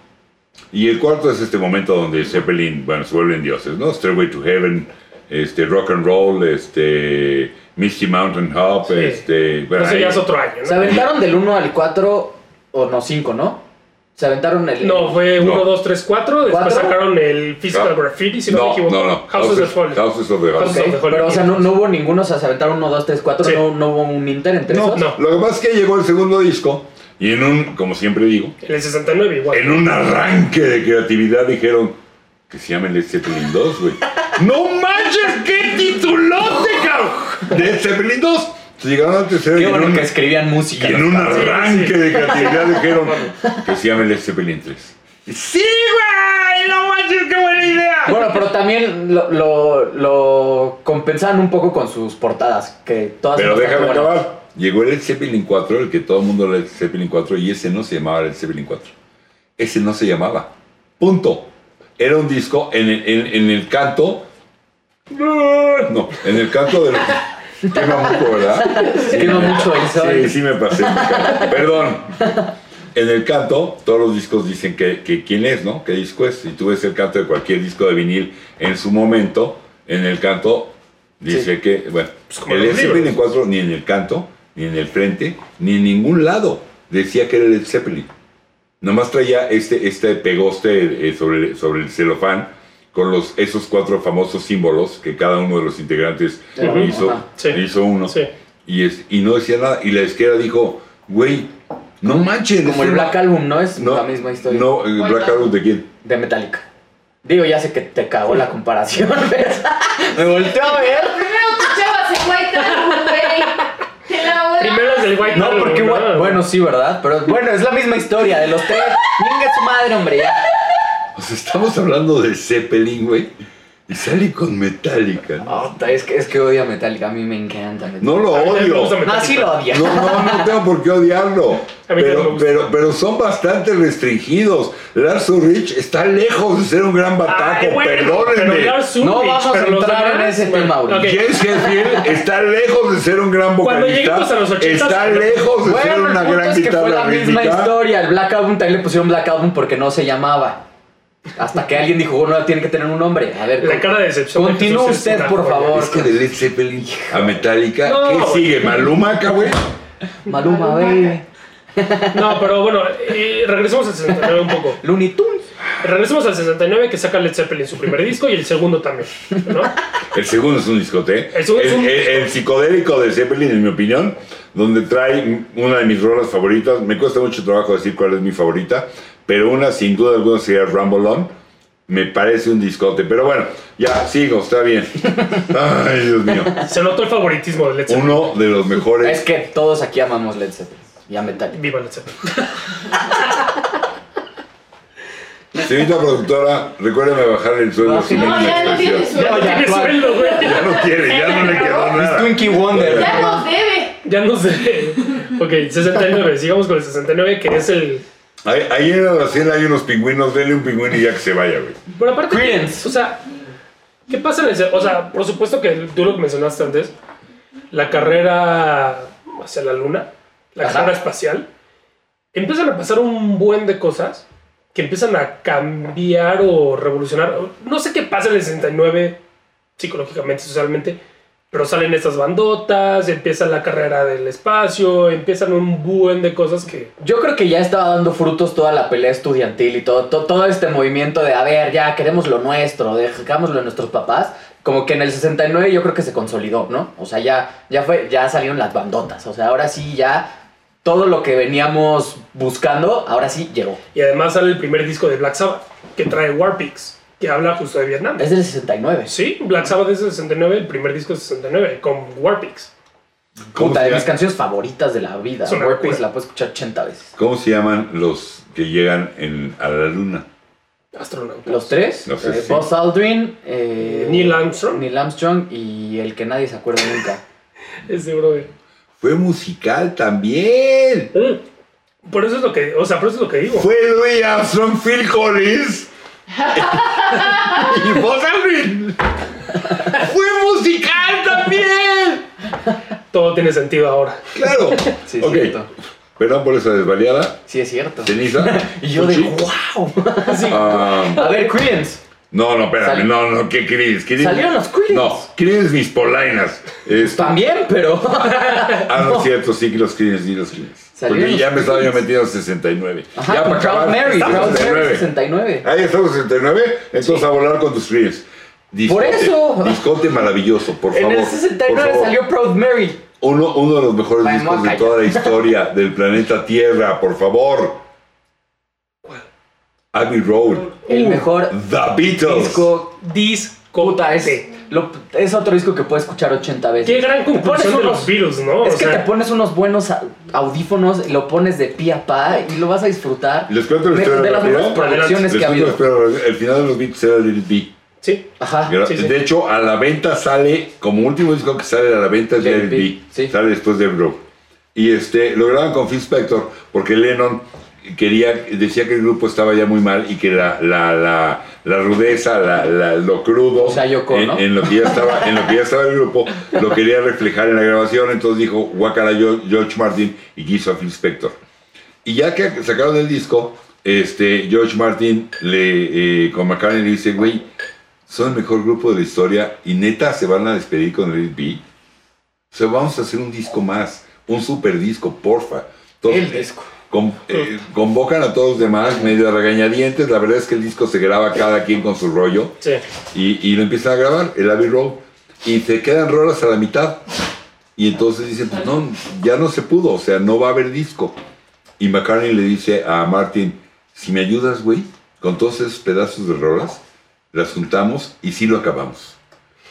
S1: Y el cuarto es este momento donde Zeppelin, bueno, se vuelven dioses, ¿no? Stairway to Heaven, este, Rock and Roll, este, Misty Mountain Hop,
S3: Sí.
S1: este... Bueno,
S3: Pero eso
S1: ahí-
S3: ya es otro año,
S2: Se
S3: ¿no?
S2: aventaron del 1 al 4, o no, 5, ¿no? Se aventaron el.
S3: No, fue
S1: No.
S3: 1, 2, 3, 4. Después
S2: ¿Cuatro?
S3: sacaron el Physical
S1: No.
S3: Graffiti, si no, me
S1: No,
S3: equivoco.
S1: no, no.
S3: Houses of the Fallen.
S1: Houses of the Fallen.
S2: Ok,
S3: Houses of the Holy
S2: pero o sea,
S3: Grail.
S2: no, no hubo ninguno, o sea, se aventaron 1, 2, 3, 4,
S3: Sí.
S2: no, no hubo un inter entre
S1: No,
S2: esos.
S3: no.
S1: Lo que pasa es que llegó el segundo disco y en un, como siempre digo,
S3: En el 69 igual.
S1: en un arranque de creatividad dijeron que se llame Led Zeppelin 2, güey. ¡No manches! ¡Qué titulote, cabrón! Led Zeppelin 2. Entonces Llegaron al tercero y
S2: Qué
S1: en
S2: bueno
S1: un-
S2: que escribían
S1: Y
S2: música.
S1: en un
S3: Sí,
S1: arranque
S3: sí.
S1: de creatividad dijeron que se llame Led Zeppelin 3. ¡Sí, güey! ¡No manches, qué buena idea!
S2: Bueno, pero también lo, lo, lo compensaban un poco con sus portadas, que todas
S1: Pero
S2: son bastante
S1: déjame
S2: buenas.
S1: acabar. Llegó el Led Zeppelin 4, el que todo el mundo Led Zeppelin 4, y ese no se llamaba Led Zeppelin 4. Ese no se llamaba. Punto. Era un disco en el, en, en el canto. No, en el canto de. Qué mamuco, ¿verdad?
S2: Qué mamuco hizo.
S1: Sí, sí me pasé. mi cara. Perdón. En el canto, todos los discos dicen que, que quién es, ¿no? ¿Qué disco es? Si tú ves el canto de cualquier disco de vinil en su momento, en el canto dice que, bueno,
S3: Pues como
S1: el
S3: los
S1: Led Zeppelin
S3: libros.
S1: 4 ni en el canto, ni en el frente, ni en ningún lado decía que era el Led Zeppelin. Nomás traía este, este pegoste eh, sobre, sobre el celofán con los, esos cuatro famosos símbolos que cada uno de los integrantes
S2: Ajá.
S1: hizo,
S3: Sí.
S1: hizo uno.
S3: Sí.
S1: Y, es- y no decía nada. Y la izquierda dijo, güey, no manches. este
S2: Como el Black Album, ¿no? Es
S1: No,
S2: la misma historia.
S1: No, el
S4: ¿Cuál
S1: Black
S4: Album?
S1: Album de quién.
S2: De Metallica. Digo, ya sé que te cagó la comparación, ¿ves? Me volteó a ver.
S4: Primero tu chava se white album, güey. Te la odio.
S3: Primero es el White
S2: No,
S3: Album,
S2: porque
S3: ¿no?
S2: bueno, bueno, sí, ¿verdad? Pero bueno, es la misma historia de los tres. Venga su madre, hombre, ya.
S1: O sea, estamos hablando de Zeppelin, güey. Y sale con Metallica. ¿no?
S2: Ah, es, que, es que odia Metallica, a mí me encanta Metallica.
S1: No lo
S3: A mí también me
S1: odio.
S3: gusta
S2: No, Ah, sí lo odia.
S1: No, no, no tengo por qué odiarlo.
S3: A mí también me
S1: Pero,
S3: gusta.
S1: pero, pero son bastante restringidos. Lars Ulrich está lejos de ser un gran bataco,
S3: Ay, bueno,
S1: perdónenme.
S3: pero Lars Ulrich,
S2: No vamos
S3: pero
S2: a
S3: los
S2: entrar
S3: demás,
S2: en ese
S3: bueno,
S2: tema, güey.
S3: ok.
S1: James Hetfield está lejos de ser un gran
S3: Cuando
S1: vocalista.
S3: lleguemos a los ochentas,
S1: está
S3: no.
S1: lejos de ser
S2: Bueno,
S1: Pues, una
S2: el punto
S1: gran
S2: es que fue la
S1: guitarra
S2: misma
S1: rítmica.
S2: historia. El Black Album también le pusieron Black Album porque no se llamaba. Hasta que alguien dijo, no, tiene que tener un nombre. A ver,
S3: La cara de decepción. de
S2: continúe
S3: Jesús es
S2: usted,
S3: una
S2: por
S3: joya.
S2: favor.
S1: Es que de Led Zeppelin a Metallica,
S3: No,
S1: ¿qué
S3: güey.
S1: sigue? ¿Maluma, güey?
S2: Maluma,
S4: Maluma.
S2: baby.
S3: No, pero bueno, eh, regresemos al 69 un poco.
S2: Looney Tunes.
S3: Regresemos al 69 que saca Led Zeppelin su primer disco y el segundo también, ¿no?
S1: El segundo es un discote.
S3: El segundo es un disco.
S1: el psicodélico de Zeppelin, en mi opinión, donde trae una de mis rolas favoritas. Me cuesta mucho trabajo decir cuál es mi favorita, pero una sin duda alguna sería Rumble On. Me parece un discote, pero bueno, ya sigo, está bien. Ay, Dios mío.
S3: Se notó el favoritismo de Led Zeppelin.
S1: Uno de los
S2: Es
S1: mejores.
S2: que todos aquí amamos Led Zeppelin. Y a Metallica.
S3: Viva Led Zeppelin.
S1: Señorita productora, recuérdeme bajar el sueldo.
S2: Bájale.
S1: sin
S4: No, ya no tiene
S1: expresión.
S4: sueldo.
S2: No, ya.
S3: Tiene
S2: claro.
S3: sueldo, güey.
S1: Ya no quiere, ya no le quedó nada.
S2: Twinkie Wonder.
S4: Ya nos debe.
S3: Ya no sé. Ok, 69. Sigamos con el 69, que es el.
S1: Ahí, ahí en la alacena hay unos pingüinos, denle un pingüino y ya que se vaya, güey.
S3: Bueno, aparte. que-
S2: Creedence.
S3: O sea, ¿qué pasa en el. O sea, por supuesto que tú lo que mencionaste antes, la carrera hacia la luna, la
S2: Ajá.
S3: carrera espacial, empiezan a pasar un buen de cosas que empiezan a cambiar o revolucionar. No sé qué pasa en el 69 psicológicamente, socialmente, pero salen estas bandotas, empieza la carrera del espacio, empiezan un buen de cosas que.
S2: Yo creo que ya estaba dando frutos toda la pelea estudiantil y todo, to- todo este movimiento de, a ver, ya queremos lo nuestro, dejámoslo a nuestros papás. Como que en el 69 yo creo que se consolidó, ¿no? O sea, ya, ya, fue, ya salieron las bandotas. O sea, ahora sí ya todo lo que veníamos buscando, ahora sí llegó.
S3: Y además sale el primer disco de Black Sabbath, que trae War Pigs, que habla justo de Vietnam.
S2: Es del 69.
S3: Sí, Black Sabbath es de 69, el primer disco es 69, con War Pigs.
S1: ¿Cómo
S2: Puta,
S1: se
S2: de
S1: llama?
S2: mis canciones favoritas de la vida.
S3: Es una
S2: War Pigs
S3: locura.
S2: la puedo escuchar 80 veces.
S1: ¿Cómo se llaman los que llegan en- a la luna?
S3: Astronauta.
S2: Los tres,
S1: No sé,
S2: eh,
S1: sí.
S2: Buzz Aldrin, eh,
S3: Neil Armstrong.
S2: Neil Armstrong y el que nadie se acuerda nunca.
S3: Ese brother.
S1: Fue musical también.
S3: Mm. Por eso es lo que, o sea, por eso es lo que digo.
S1: Fue Louis Armstrong, Phil Collins. y Buzz Aldrin. Fue musical también.
S3: Todo tiene sentido ahora.
S1: Claro.
S2: Sí, es
S1: Ok.
S2: cierto.
S1: Perdón por esa desvaliada.
S2: Sí, es cierto.
S1: Ceniza.
S2: Y yo de
S1: Sushi.
S2: wow.
S1: Ah,
S2: A ver, Creedence.
S1: no, no, espérame.
S2: Sal-
S1: No, no, ¿qué crees? ¿Qué dices?
S2: Salieron los Creedence.
S1: No, crees mis polainas. Este,
S2: También, pero.
S1: Ah, no, es cierto, sí que los Creedence, sí los Creedence.
S2: Salieron
S1: Porque
S2: los
S1: ya me estaba yo
S2: Creedence.
S1: metido en 69.
S2: Ajá,
S1: ya
S2: con
S1: para acabar.
S2: Proud Mary.
S1: estamos
S2: Proud
S1: en
S2: Mary
S1: 69.
S2: 69.
S1: Ahí estamos en 69, entonces a volar con tus Creedence. Discote,
S2: Por eso.
S1: Discote maravilloso, por
S2: En
S1: favor.
S2: el
S1: por
S2: 69
S1: favor.
S2: salió Proud Mary.
S1: Uno, uno de los mejores
S2: Ay,
S1: discos
S2: moca,
S1: de
S2: ya.
S1: toda la historia del planeta Tierra, por favor. Abbey Road.
S2: El mejor
S1: The Beatles.
S2: disco.
S3: Disco.
S2: Puta, es,
S3: T.
S2: lo- es otro disco que puedes escuchar 80 veces.
S3: Qué gran
S2: Te pones
S3: conclusión de
S2: unos-
S3: los virus, ¿no?
S2: Es
S3: o
S2: que
S3: sea,
S2: te pones unos buenos a- audífonos y lo pones de pie a pa y lo vas a disfrutar.
S1: Les cuento la
S2: de,
S1: historia
S2: de las
S1: rápido.
S2: mejores producciones
S1: Les
S2: que ha
S1: cuento,
S2: habido.
S1: pero el final de los Beatles era Little B.
S3: sí.
S2: Ajá.
S1: Gra-
S3: Sí, sí.
S1: De hecho, a la venta sale, como último disco que sale a la venta es
S2: Let
S1: Let
S2: It
S1: It
S2: Be,
S1: Be.
S2: sí.
S1: Sale después de Bro. Y este, lo graban con Phil Spector porque Lennon quería, decía que el grupo estaba ya muy mal y que la, la, la, la rudeza, la, la- lo crudo
S2: O sea, Yoko,
S1: en,
S2: ¿no?
S1: en lo que ya estaba, en lo que ya estaba el grupo, lo quería reflejar en la grabación. Entonces dijo, guácala Yo- George Martin y quiso a Phil Spector. Y ya que sacaron el disco, este, George Martin le, eh, con McCartney le dice, güey, son el mejor grupo de la historia y neta se van a despedir con el B. O sea, vamos a hacer un disco más, un super disco, porfa. Entonces,
S2: El disco.
S1: con- eh, convocan a todos los demás, medio a regañadientes. La verdad es que el disco se graba cada quien con su rollo
S3: Sí.
S1: y, y lo empiezan a grabar, el Abbey Road, y se quedan rolas a la mitad. Y entonces dicen, pues no, ya no se pudo, o sea, no va a haber disco. Y McCartney le dice a Martin, si me ayudas, güey, con todos esos pedazos de rolas, las juntamos y sí lo acabamos.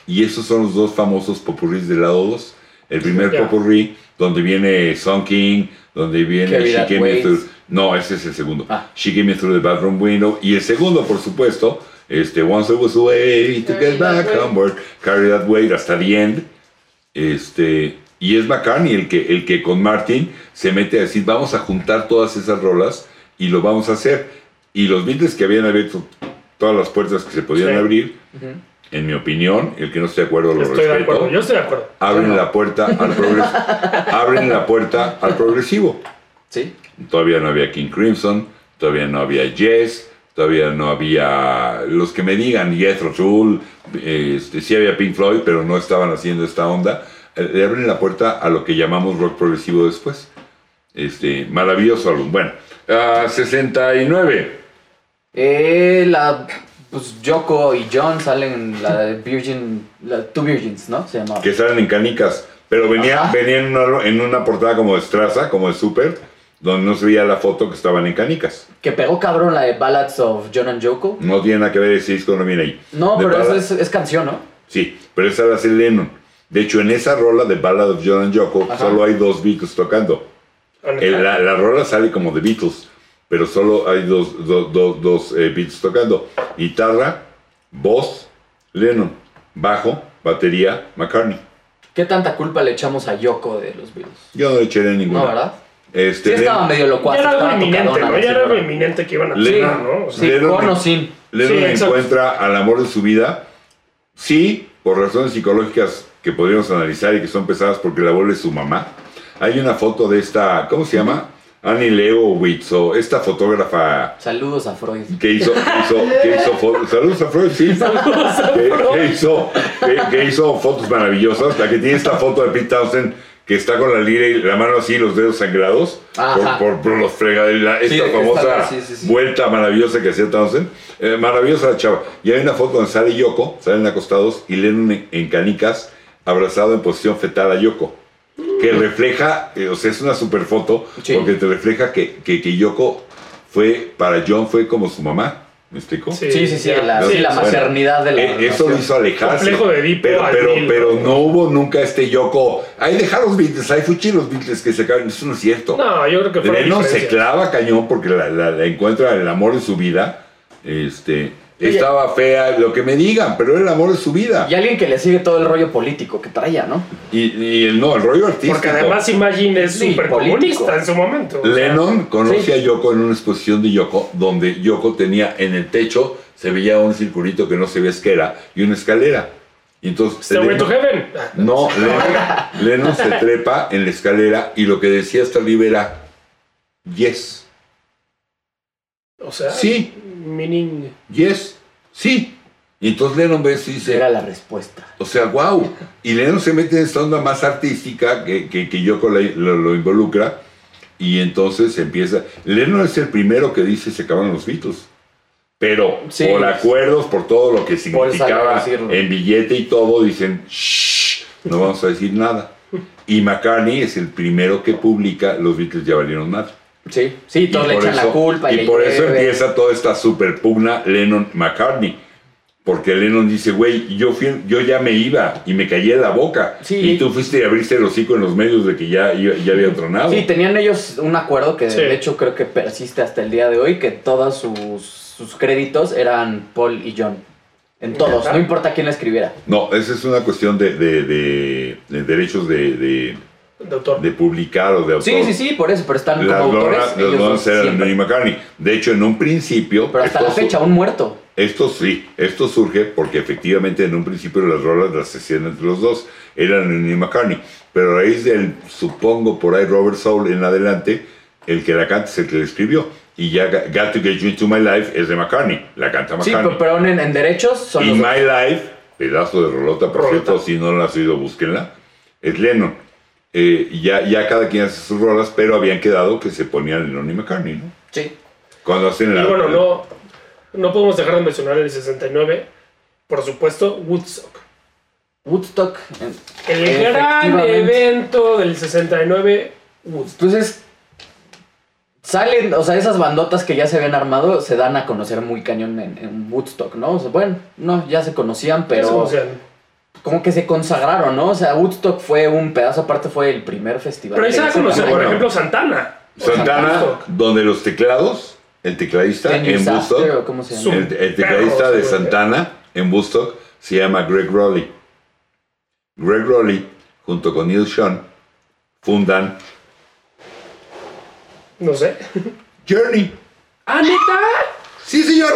S1: Y esos son los dos famosos popurrís del lado 2. El primer
S3: Ya.
S1: popurrí, donde viene Song King, donde
S2: Que
S1: viene
S2: Vida
S1: She Came Me
S2: Waits.
S1: Through- No, ese es el segundo.
S2: Ah.
S1: She Came Me Through the Bathroom Window. Y el segundo, por supuesto, este, Once I Was Away to
S4: Carry
S1: Get
S4: That
S1: Back
S4: Weight.
S1: Homeward, Carry That Weight hasta The End. Este, y es McCartney el que, el que con Martin se mete a decir, vamos a juntar todas esas rolas y lo vamos a hacer. Y los Beatles que habían abierto todas las puertas que se podían
S3: Sí.
S1: abrir, en mi opinión, el que no esté de acuerdo lo
S3: Estoy de
S1: respeto,
S3: acuerdo, yo estoy de acuerdo.
S1: abren
S2: Yo no.
S1: la puerta al progres- abren la puerta al progresivo.
S2: Sí.
S1: Todavía no había King Crimson, todavía no había Jess, todavía no había los que me digan Jethro Tull, este, sí había Pink Floyd, pero no estaban haciendo esta onda. Eh, Le abren la puerta a lo que llamamos rock progresivo después. Este, maravilloso álbum. Bueno, ah, 69.
S2: Eh, la. Pues Yoko y John salen en la de Virgin. La, Two Virgins, ¿no? Se llamaba.
S1: que salen en canicas. Pero venía,
S2: Ajá.
S1: venía en, una, en una portada como de Straza, como de Super, donde no se veía la foto que estaban en canicas.
S2: Que pegó cabrón la de Ballads of John and Yoko.
S1: No tiene nada que ver ese disco, no viene ahí.
S2: No,
S1: De
S2: pero eso
S1: Ballad-
S2: es, es canción, ¿no?
S1: Sí, pero esa la hace Lennon. De hecho, en esa rola de Ballad of John and Yoko,
S2: Ajá.
S1: solo hay dos Beatles tocando. El- la, la rola sale como de Beatles, pero solo hay dos, dos, dos, dos, eh, Beatles tocando. Guitarra, voz, Lennon. Bajo, batería, McCartney.
S2: ¿Qué tanta culpa le echamos a Yoko de los Beatles?
S1: Yo no le echaré ninguna.
S2: No, ¿verdad?
S1: Este,
S2: Sí, estaba
S1: Lennon-
S2: medio
S3: Ya
S2: locuaz.
S3: era
S2: estaba
S3: algo inminente,
S2: tocadona,
S3: ¿no? Ya
S2: sí,
S3: era algo
S2: ¿verdad?
S3: inminente que iban a
S1: Le-
S3: tirar, ¿no? O sea,
S2: Sí,
S1: Lennon-
S2: con o sin.
S1: Lennon
S3: Sí, exacto.
S1: encuentra al amor de su vida, sí, por razones psicológicas que podríamos analizar y que son pesadas porque la vuelve su mamá. Hay una foto de esta, ¿cómo se llama? Annie Leowitz, o esta fotógrafa
S2: Saludos a Freud.
S1: que hizo, que hizo, que hizo fotos. Saludos a Freud, sí. que, que hizo, que, que hizo fotos maravillosas. La que tiene esta foto de Pete Townsend que está con la lira y la mano así, los dedos sangrados por,
S2: Ajá.
S1: por, por los fregaderos. la- Esta
S2: Sí, esta-
S1: famosa
S2: sí, sí, sí.
S1: vuelta maravillosa que hacía Townsend. Eh, maravillosa la chava. Y hay una foto donde sale Yoko, salen acostados y Lennon en, en canicas, abrazado en posición fetal a Yoko. Que refleja, eh, o sea, es una super foto,
S2: Sí.
S1: porque te refleja que, que, que Yoko fue, para John fue como su mamá. ¿Me explico?
S2: Sí, sí, sí, la,
S1: Sí,
S2: sí, la
S1: bueno.
S2: maternidad de la.
S1: Eh, eso lo
S2: relación.
S1: hizo alejarse.
S3: Complejo de Edipo
S1: pero,
S3: al
S1: pero,
S3: mil.
S1: pero no hubo nunca este Yoko. Ahí dejaron los Beatles, ahí fuchi los Beatles que se acaban. Eso no es cierto.
S3: No, yo creo que fue
S1: Lennon se clava cañón porque la, la- la encuentra el amor de su vida. Este, estaba fea, lo que me digan, pero era el amor de su vida.
S2: Y alguien que le sigue todo el rollo político que traía, ¿no?
S1: Y, y el, no, el rollo artístico.
S3: Porque además Imagine es
S2: Sí,
S3: súper comunista en su momento. o sea,
S1: Lennon conoce
S2: sí.
S1: a Yoko en una exposición de Yoko, donde Yoko tenía en el techo, se veía un circulito que no se veía qué era, y una escalera. Y entonces
S3: Stairway to
S1: Lennon-
S3: Heaven.
S1: No, Lennon, Lennon se trepa en la escalera y lo que decía hasta arriba era yes.
S3: O sea,
S1: Sí.
S3: Meaning.
S1: Yes, sí. Y entonces Lennon ve eso y dice,
S2: Era la respuesta.
S1: o sea, wow. Y Lennon se mete en esta onda más artística que, que, que Yoko la- lo, lo involucra. Y entonces empieza. Lennon es el primero que dice se acaban los Beatles. Pero
S2: Sí.
S1: por acuerdos, por todo lo que
S2: saber
S1: significaba
S2: decirlo.
S1: en billete y todo, dicen, shh, no vamos a decir nada. Y McCartney es el primero que publica Los Beatles ya valieron nada.
S2: Sí, sí, todos le
S1: por
S2: echan
S1: eso-
S2: la culpa.
S1: y
S2: le
S1: por eso
S2: llueve.
S1: empieza toda esta super pugna Lennon-McCartney. Porque Lennon dice, güey, yo, fui- yo ya me iba y me callé la boca.
S2: Sí.
S1: Y tú fuiste y abriste el hocico en los medios de que ya, iba- ya había tronado.
S2: Sí, tenían ellos un acuerdo que
S3: Sí.
S2: de hecho creo que persiste hasta el día de hoy, que todos sus, sus créditos eran Paul y John. En todos, no importa quién la escribiera.
S1: No, esa es una cuestión de, de- de- de derechos de, de-
S3: De autor.
S1: de publicar o de autor.
S2: Sí, sí, sí, por eso, pero están
S1: Las
S2: como autores.
S1: donas,
S2: ellos
S1: las donas
S2: dos
S1: eran
S2: siempre.
S1: Lennon y McCartney. De hecho, en un principio...
S2: Pero hasta la
S1: estos-
S2: fecha, un muerto.
S1: Esto sí, esto surge porque efectivamente en un principio las rolas las hacían entre los dos, eran Lennon y McCartney, pero a raíz del, supongo por ahí Robert Soul en adelante, el que la canta es el que la escribió, y ya Ga- Got to Get You Into My Life es de McCartney, la canta
S2: Sí,
S1: McCartney.
S2: pero, pero en, en derechos son
S1: y
S2: los dos.
S1: My Life, pedazo de rolota, por
S3: Rolota.
S1: cierto, si no la has oído, búsquenla, es Lennon. Eh, ya, ya cada quien hace sus rolas, pero habían quedado que se ponían Lennon y McCartney, ¿no?
S2: Sí.
S1: Cuando hacen la...
S3: Y bueno, no, no podemos dejar de mencionar el 69, por supuesto, Woodstock.
S2: Woodstock. en-
S3: El gran
S2: Efectivamente.
S3: evento del 69, Woodstock.
S2: Entonces, pues salen, o sea, esas bandotas que ya se habían armado se dan a conocer muy cañón en, en Woodstock, ¿no? O sea, bueno, no, ya se conocían, pero
S3: Eso, o sea,
S2: como que se consagraron, ¿no? O sea, Woodstock fue un pedazo, aparte fue el primer festival.
S3: Pero ahí
S2: de
S3: se da a
S2: ese
S3: conocer, por
S2: tamaño.
S3: ejemplo, Santana.
S1: Santana,
S3: Woodstock.
S1: donde los teclados, el tecladista
S2: Ten
S1: en
S2: Years After,
S1: Woodstock,
S2: o ¿cómo se llama?
S3: Su-
S1: el, el
S3: Perro,
S1: tecladista de
S3: sí,
S1: Santana en Woodstock se llama Greg Rowley. Greg Rowley, junto con Neil Sean, fundan
S3: No sé.
S1: Journey.
S3: ¡Ah, neta!
S1: Sí, señor.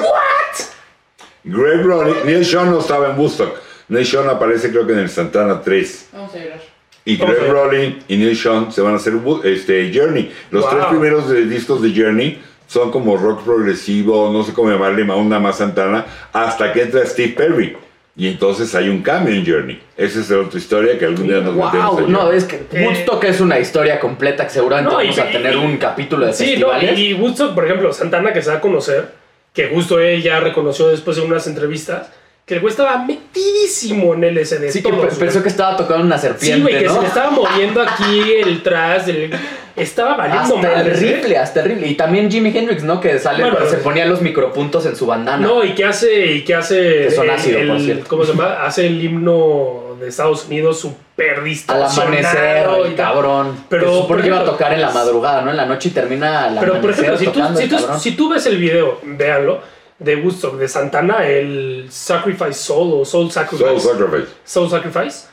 S1: Greg Rowley, Neil Sean no estaba en Woodstock. Neil Sean aparece creo que en el Santana 3.
S5: Vamos a llorar.
S1: Y
S3: Ok.
S1: Greg Rowling y Neil Sean se van a hacer bu- este, Journey. Los
S3: Wow.
S1: tres primeros de- discos de Journey son como rock progresivo, no sé cómo llamarle, ma- una más Santana, hasta que entra Steve Perry. Y entonces hay un cambio en Journey. Esa es la otra historia que algún día nos metemos
S2: Wow,
S1: allí.
S2: no, es que
S3: Eh,
S2: Woodstock es una historia completa que seguramente
S3: No, y-
S2: vamos a tener
S3: y-
S2: un capítulo de
S3: Sí, no,
S2: festivales.
S3: y Woodstock, por ejemplo, Santana que se da a conocer, que justo él ya reconoció después en unas entrevistas, que el güey estaba metidísimo en el SD.
S2: sí, que
S3: todos,
S2: pe-
S3: güey.
S2: pensó que estaba tocando una
S3: Sí,
S2: serpiente,
S3: güey, que
S2: ¿no?
S3: se le estaba moviendo aquí el tras del. Estaba valiendo
S2: Hasta el
S3: madres, ¿eh?
S2: rifle, hasta el rifle. Y también Jimi Hendrix, ¿no? Que sale,
S3: Bueno,
S2: se
S3: eh.
S2: ponía los micropuntos en su bandana.
S3: No, y que hace. Y que hace
S2: Ah, Que son
S3: eh,
S2: ácido, por
S3: el-
S2: cierto.
S3: ¿Cómo se llama? Hace el himno de Estados Unidos super
S2: al amanecer,
S3: distorsionado.
S2: el
S3: y tal.
S2: cabrón.
S3: Pero,
S2: Pero
S3: por
S2: porque iba a
S3: ejemplo,
S2: tocar en la madrugada, ¿no? En la noche y termina al
S3: Pero por
S2: amanecer
S3: ejemplo, si tú,
S2: tocando
S3: si,
S2: el
S3: tú,
S2: cabrón.
S3: si tú ves el video, véanlo, de Woodstock, de Santana, el Sacrifice Soul o Soul Sacrifice.
S1: Soul Sacrifice.
S3: Soul Sacrifice,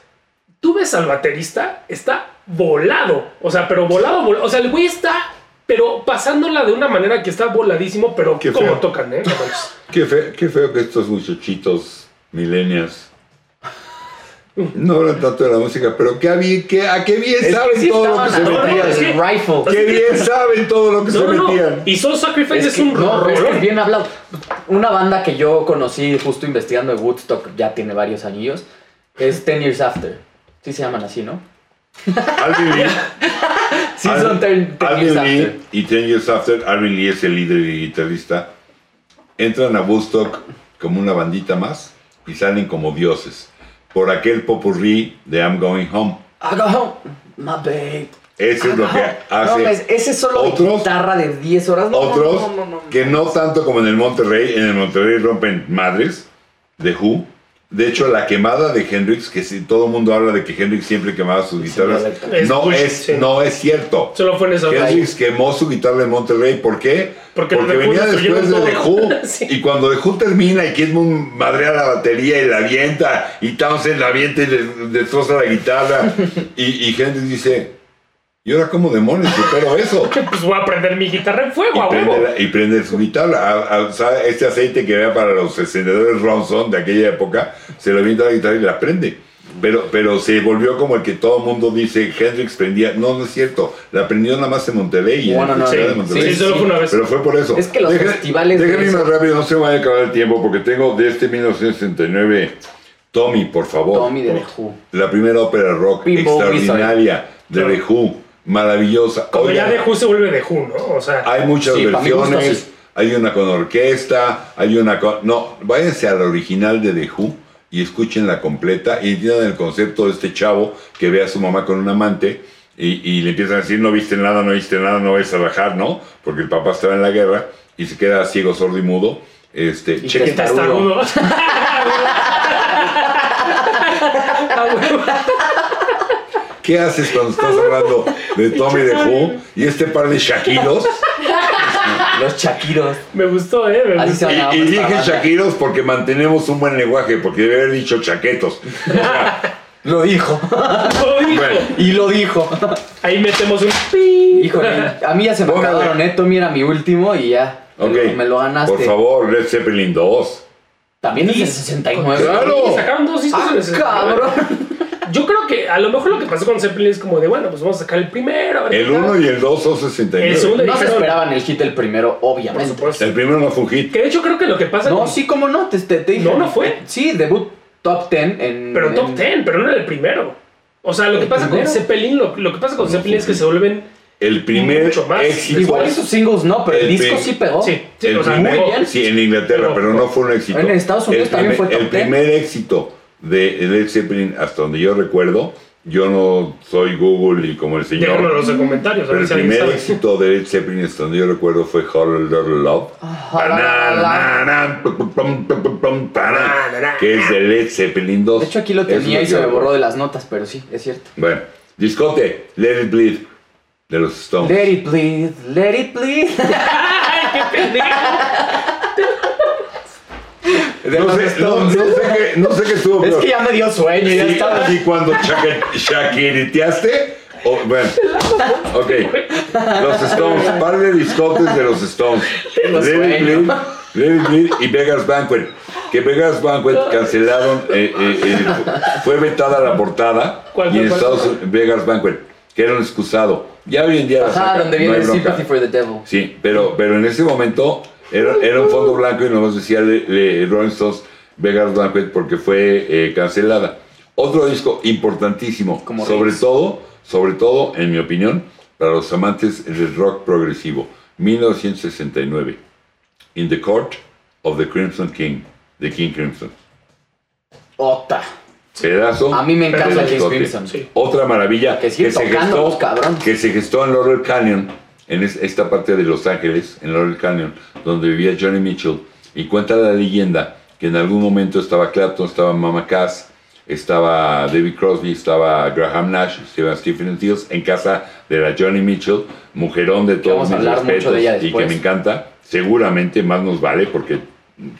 S3: tú ves al baterista, está volado. O sea, pero volado, volado. O sea, el güey está, pero pasándola de una manera que está voladísimo, pero
S1: Qué
S3: como
S1: feo.
S3: tocan, ¿eh? No manches.
S1: Qué, fe- qué feo que estos muchachitos millennials no hablan tanto de la música, pero qué bien, qué, a qué bien
S2: Es que
S1: saben
S2: sí
S1: todo lo que
S2: estaban
S1: se
S2: a
S1: metían.
S2: todas,
S3: es que-
S2: el rifle.
S1: Qué bien saben todo lo que
S3: No,
S1: se
S3: no, no.
S1: metían.
S3: Y Soul Sacrifice es,
S2: que-
S3: un
S2: no,
S3: rolón.
S2: es que es bien hablado. Una banda que yo conocí justo investigando de Woodstock, ya tiene varios anillos, es Ten Years After. Sí se llaman así, ¿no?
S1: Alvin Lee.
S2: Sí,
S1: Al-
S2: son Ten, Ten
S1: Alvin
S2: Years
S1: Lee
S2: After.
S1: y Ten Years After, Alvin Lee es el líder y guitarrista, entran a Woodstock como una bandita más y salen como dioses por aquel popurrí de I'm Going Home.
S2: I go home, Ah, my babe.
S1: Eso es lo que
S2: Ah, No,
S1: hace
S2: es- ese solo de
S1: otros-
S2: guitarra de 10 horas. No, no,
S1: otros
S2: no, no, no, no.
S1: que no tanto como en el Monterrey, en el Monterrey rompen madres de Who. De hecho, la quemada de Hendrix, que si todo el mundo habla de que Hendrix siempre quemaba sus guitarras,
S3: Es
S1: no
S3: bullshit,
S1: es,
S3: sí.
S1: no es cierto.
S3: Solo fue en esa
S1: Hendrix quemó su guitarra en Monterrey, ¿por qué?
S3: Porque
S1: Porque,
S3: los
S1: venía
S3: Who
S1: después de
S3: destruyeron
S1: The
S3: todo.
S1: Who.
S3: Sí.
S1: Y cuando The Who termina y Kidman madrea la batería y la avienta, y Townsend la avienta y le destroza la guitarra. y, y Hendrix dice, ¿y ahora cómo demonios supero eso?
S3: Pues voy a prender mi guitarra en fuego, a
S1: Y prende,
S3: huevo.
S1: la- y prende su guitarra. A- a- usa este aceite que era para los encendedores Ronson de aquella época, se lo avienta a la guitarra y la prende. Pero, pero se volvió como el que todo el mundo dice, Hendrix prendía. No, no es cierto. La prendió nada más en Monterrey. en
S2: Bueno,
S1: el
S2: no,
S1: Festival
S2: no,
S1: de
S2: sí,
S1: Monterrey.
S3: Sí, solo
S2: sí.
S3: fue una vez.
S1: Pero fue por eso.
S2: Es que los festivales de
S1: Déjame ir
S2: eso-
S1: más rápido, no se me vaya a acabar el tiempo porque tengo de este 1969. Tommy, por favor.
S2: Tommy de The Who.
S1: La primera ópera rock
S2: Bimbo
S1: extraordinaria de The Who. Maravillosa.
S3: Como ya
S1: Oigan,
S3: de Who se vuelve de Who, ¿no? O sea,
S1: hay muchas
S2: Sí, pa' mi gusto,
S1: versiones.
S2: sí.
S1: Hay una con orquesta, hay una con. No, váyanse a la original de The Who y escuchen la completa y entiendan el concepto de este chavo que ve a su mamá con un amante y, y le empiezan a decir: No viste nada, no viste nada, no vais a rajar, ¿no? Porque el papá estaba en la guerra y se queda ciego, sordo y mudo. Este,
S2: Y
S1: chequen-
S3: está estarudo. A huevo.
S1: ¿Qué haces cuando estás hablando de Tommy de Who y este par de Shakiros?
S2: Los chaquiros.
S3: Me gustó, ¿eh? Me
S2: Así
S3: gustó.
S2: se llama
S1: Y, y
S2: esta
S1: dije
S2: banda.
S1: Shakiros porque mantenemos un buen lenguaje, porque debe haber dicho chaquetos. O sea,
S2: Lo dijo.
S3: Uy, hijo.
S1: bueno,
S2: Y lo dijo.
S3: Ahí metemos un pi.
S2: Híjole, a mí ya se me
S1: Póngale.
S2: acabaron, ¿eh? Tommy era mi último y ya.
S1: ok.
S2: Me lo ganaste.
S1: Por favor, Led Zeppelin 2.
S2: También es el 69.
S1: Claro.
S3: Sacaron dos discos
S2: ¡Ah,
S3: en el 69.
S2: cabrón!
S3: Yo creo que a lo mejor lo que pasó con Zeppelin es como de, bueno, pues vamos a sacar el primero. a ver
S1: El
S3: qué tal.
S1: 1 y el 2 son 69.
S3: El
S1: El,
S3: segundo
S2: No se
S3: dijeron,
S2: esperaban el hit del primero,
S3: Por
S2: obviamente.
S3: supuesto.
S1: primero no fue un hit.
S3: Que de hecho creo que lo que pasa
S2: No,
S3: con-
S2: sí, cómo no, te, te- te dije.
S3: No, no fue.
S2: Sí, debut top 10 en.
S3: Pero
S2: en-
S3: top 10, pero no era el primero. O sea, lo que
S2: ¿El
S3: pasa con
S2: primero?
S3: Zeppelin, lo, lo que pasa con
S1: No,
S3: Zeppelin es que se vuelven.
S1: El primer
S3: Mucho más.
S1: éxito.
S2: Igual esos singles no, pero el,
S1: El
S2: disco
S1: prim-
S2: sí pegó.
S3: Sí, sí,
S1: El
S3: o sea,
S1: primer-
S3: mejor.
S1: sí, en Inglaterra, pero no fue un éxito.
S2: En Estados Unidos
S1: El
S2: también
S1: primer-
S2: fue top
S1: El primer éxito de Led Zeppelin, hasta donde yo recuerdo, yo no soy Google y como el señor.
S3: Déjanos en los comentarios. a
S1: Pero
S3: ver
S1: el
S3: si alguien
S1: primer
S3: sabe.
S1: éxito de Led Zeppelin, hasta donde yo recuerdo, fue Hollow Love.
S2: Ah,
S1: Banana, pum, pum, pum, pum, pum, para, Que es de Led Zeppelin 2.
S2: De hecho, aquí lo
S1: Eso es
S2: tenía y
S1: que
S2: se
S1: yo
S2: me borró
S1: recuerdo.
S2: de las notas, pero sí, es cierto.
S1: Bueno, discote, Let It Bleed, de los Stones.
S2: Let it please, let it please.
S1: no, sé, no, no sé qué, no sé qué estuvo,
S2: Es
S1: pero-
S2: que ya me dio sueño, ya
S1: Sí,
S2: estaba.
S1: así cuando chaque- chaquereteaste. o- bueno, ok. Los Stones, par de discotes de los Stones.
S2: Tengo
S1: Let It
S2: sueño.
S1: Bleed, Let It Bleed y Vegas Banquet. Que Vegas Banquet cancelaron, eh, eh, eh, fue vetada la portada.
S3: ¿Cuál,
S1: y en
S3: cuál, cuál?
S1: Estados Unidos, Vegas Banquet, que era un excusado. Ya hoy en día. la
S2: Ajá,
S1: sacan,
S2: Ah, donde
S1: no hay
S2: viene
S1: bronca.
S2: Sympathy for the Devil.
S1: Sí, pero, pero en ese momento era, era un fondo blanco y nomás decía le, le- Rolling Stones Vegas Banquet porque fue eh, cancelada. Otro disco importantísimo,
S2: Como
S1: sobre
S2: Rings.
S1: todo, sobre todo, en mi opinión, para los amantes del rock progresivo, 1969, In the Court of the Crimson King, de King Crimson.
S2: Ota.
S1: Pedazo.
S2: A mí me
S1: de
S2: encanta King
S1: discote.
S2: Crimson.
S3: Sí.
S1: Otra maravilla
S2: Que sigue tocando los cabrones.
S1: que se gestó en Laurel Canyon, en es- esta parte de Los Ángeles, en Laurel Canyon, donde vivía Johnny Mitchell. Y cuenta la leyenda que en algún momento estaba Clapton, estaba Mama Cass, estaba David Crosby, estaba Graham Nash, estaba Stephen Stills, en casa de la Johnny Mitchell, mujerón de todos
S2: vamos a
S1: mis
S2: hablar mucho
S1: respetos
S2: de ella
S1: y que
S2: después.
S1: me encanta. Seguramente más nos vale porque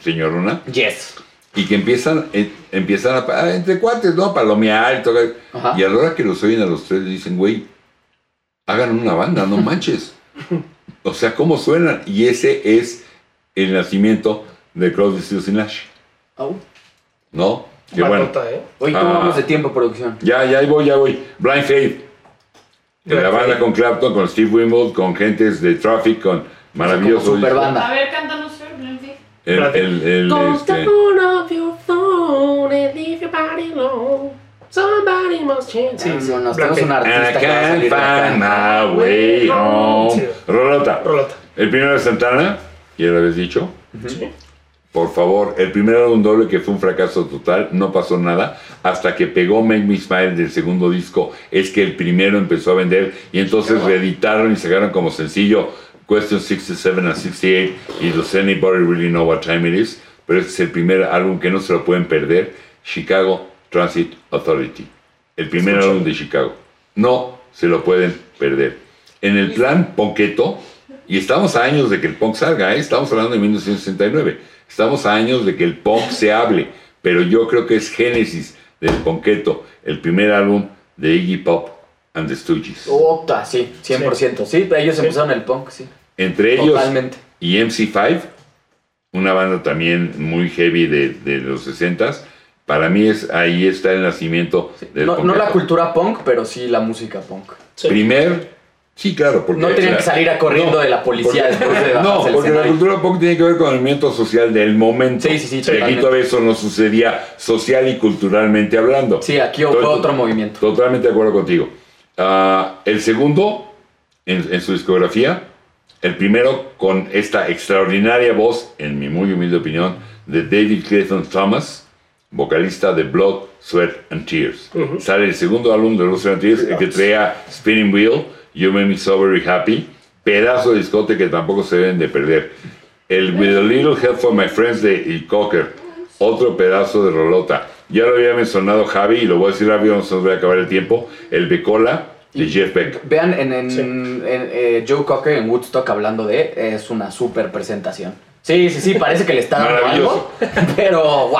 S1: señorona
S2: Yes.
S1: y que empiezan, eh, empiezan a, pa- ah, entre cuates, ¿no? Palomear y tocar.
S2: Ajá.
S1: Y a la hora que los oyen a los tres, dicen, güey, hagan una banda, no manches. o sea, ¿cómo suenan? Y ese es el nacimiento de Crosby, Stills y Nash,
S2: Oh.
S1: ¿no? Que bueno,
S3: Bandota, ¿eh?
S2: Oye,
S1: Ah.
S2: ¿cómo vamos de tiempo, producción?
S1: ya, ya ahí voy, ya voy. Blind Faith, de la
S3: Blind
S1: banda
S3: Faith.
S1: con Clapton, con Steve Wimble, con gentes de Traffic, con maravilloso.
S2: como
S1: disco.
S2: superbanda.
S4: A ver, cántanos, Fer, Blind Faith.
S1: El, el, el, este,
S2: Sí,
S3: Sí,
S2: nos
S3: Black
S2: Ah, tenemos un
S3: Eyed
S1: And I
S2: artista que va a
S1: can't
S2: salir de acá.
S1: find my way home.
S3: Sí.
S1: Rolota.
S3: Rolota.
S1: El primero de Santana, ya lo habéis dicho.
S3: Sí.
S1: Por favor, el primer álbum doble que fue un fracaso total, no pasó nada, hasta que pegó Make Me Smile del segundo disco, es que el primero empezó a vender y entonces reeditaron y sacaron como sencillo Question 67 and 68 y Does Anybody Really Know What Time It Is? Pero este es el primer álbum que no se lo pueden perder, Chicago Transit Authority. El primer
S3: Escucha.
S1: álbum de Chicago. No se lo pueden perder. En el plan Ponqueto, y estamos a años de que el punk salga, ¿eh? estamos hablando de 1969, estamos a años de que el punk se hable, pero yo creo que es génesis del Ponqueto, el primer álbum de Iggy Pop and the Stooges.
S2: Ota, sí, 100%. Sí, ellos empezaron el punk, sí.
S1: Entre ellos
S2: Totalmente.
S1: y MC5, una banda también muy heavy de, de los 60s, para mí es ahí está el nacimiento del
S2: No, no
S1: Ponqueto.
S2: la cultura punk, pero sí la música punk.
S3: Sí.
S1: Primer, sí, claro, porque...
S2: No tenían que salir a corriendo de la policía después de
S1: No,
S2: bajarse el
S1: porque la
S2: escenario.
S1: cultura punk tiene que ver con el movimiento social del momento.
S2: Sí, sí, sí,
S1: Y aquí
S2: totalmente.
S1: todavía eso no sucedía social y culturalmente hablando.
S2: Sí, aquí
S1: Estoy
S2: fue
S1: to-
S2: otro movimiento.
S1: Totalmente de acuerdo contigo. Ah, el segundo, en, en su discografía, el primero con esta extraordinaria voz, en mi muy humilde opinión, de David Clayton Thomas, vocalista de Blood, Sweat and Tears. Sale el segundo álbum de Blood, Sweat and Tears, el que traía Spinning Wheel, You Made Me So Very Happy, pedazo de discote que tampoco se deben de perder. El With a Little Help for My Friends de Il Cocker, otro pedazo de rolota. Ya lo había mencionado Javi y lo voy a decir rápido, no se nos va a acabar el tiempo. El Becola de Jeff Beck.
S2: Vean en, en-
S3: Sí.
S2: en, eh, Joe Cocker en Woodstock hablando de es una super presentación. Sí, sí, sí, parece que le está dando algo, pero wow,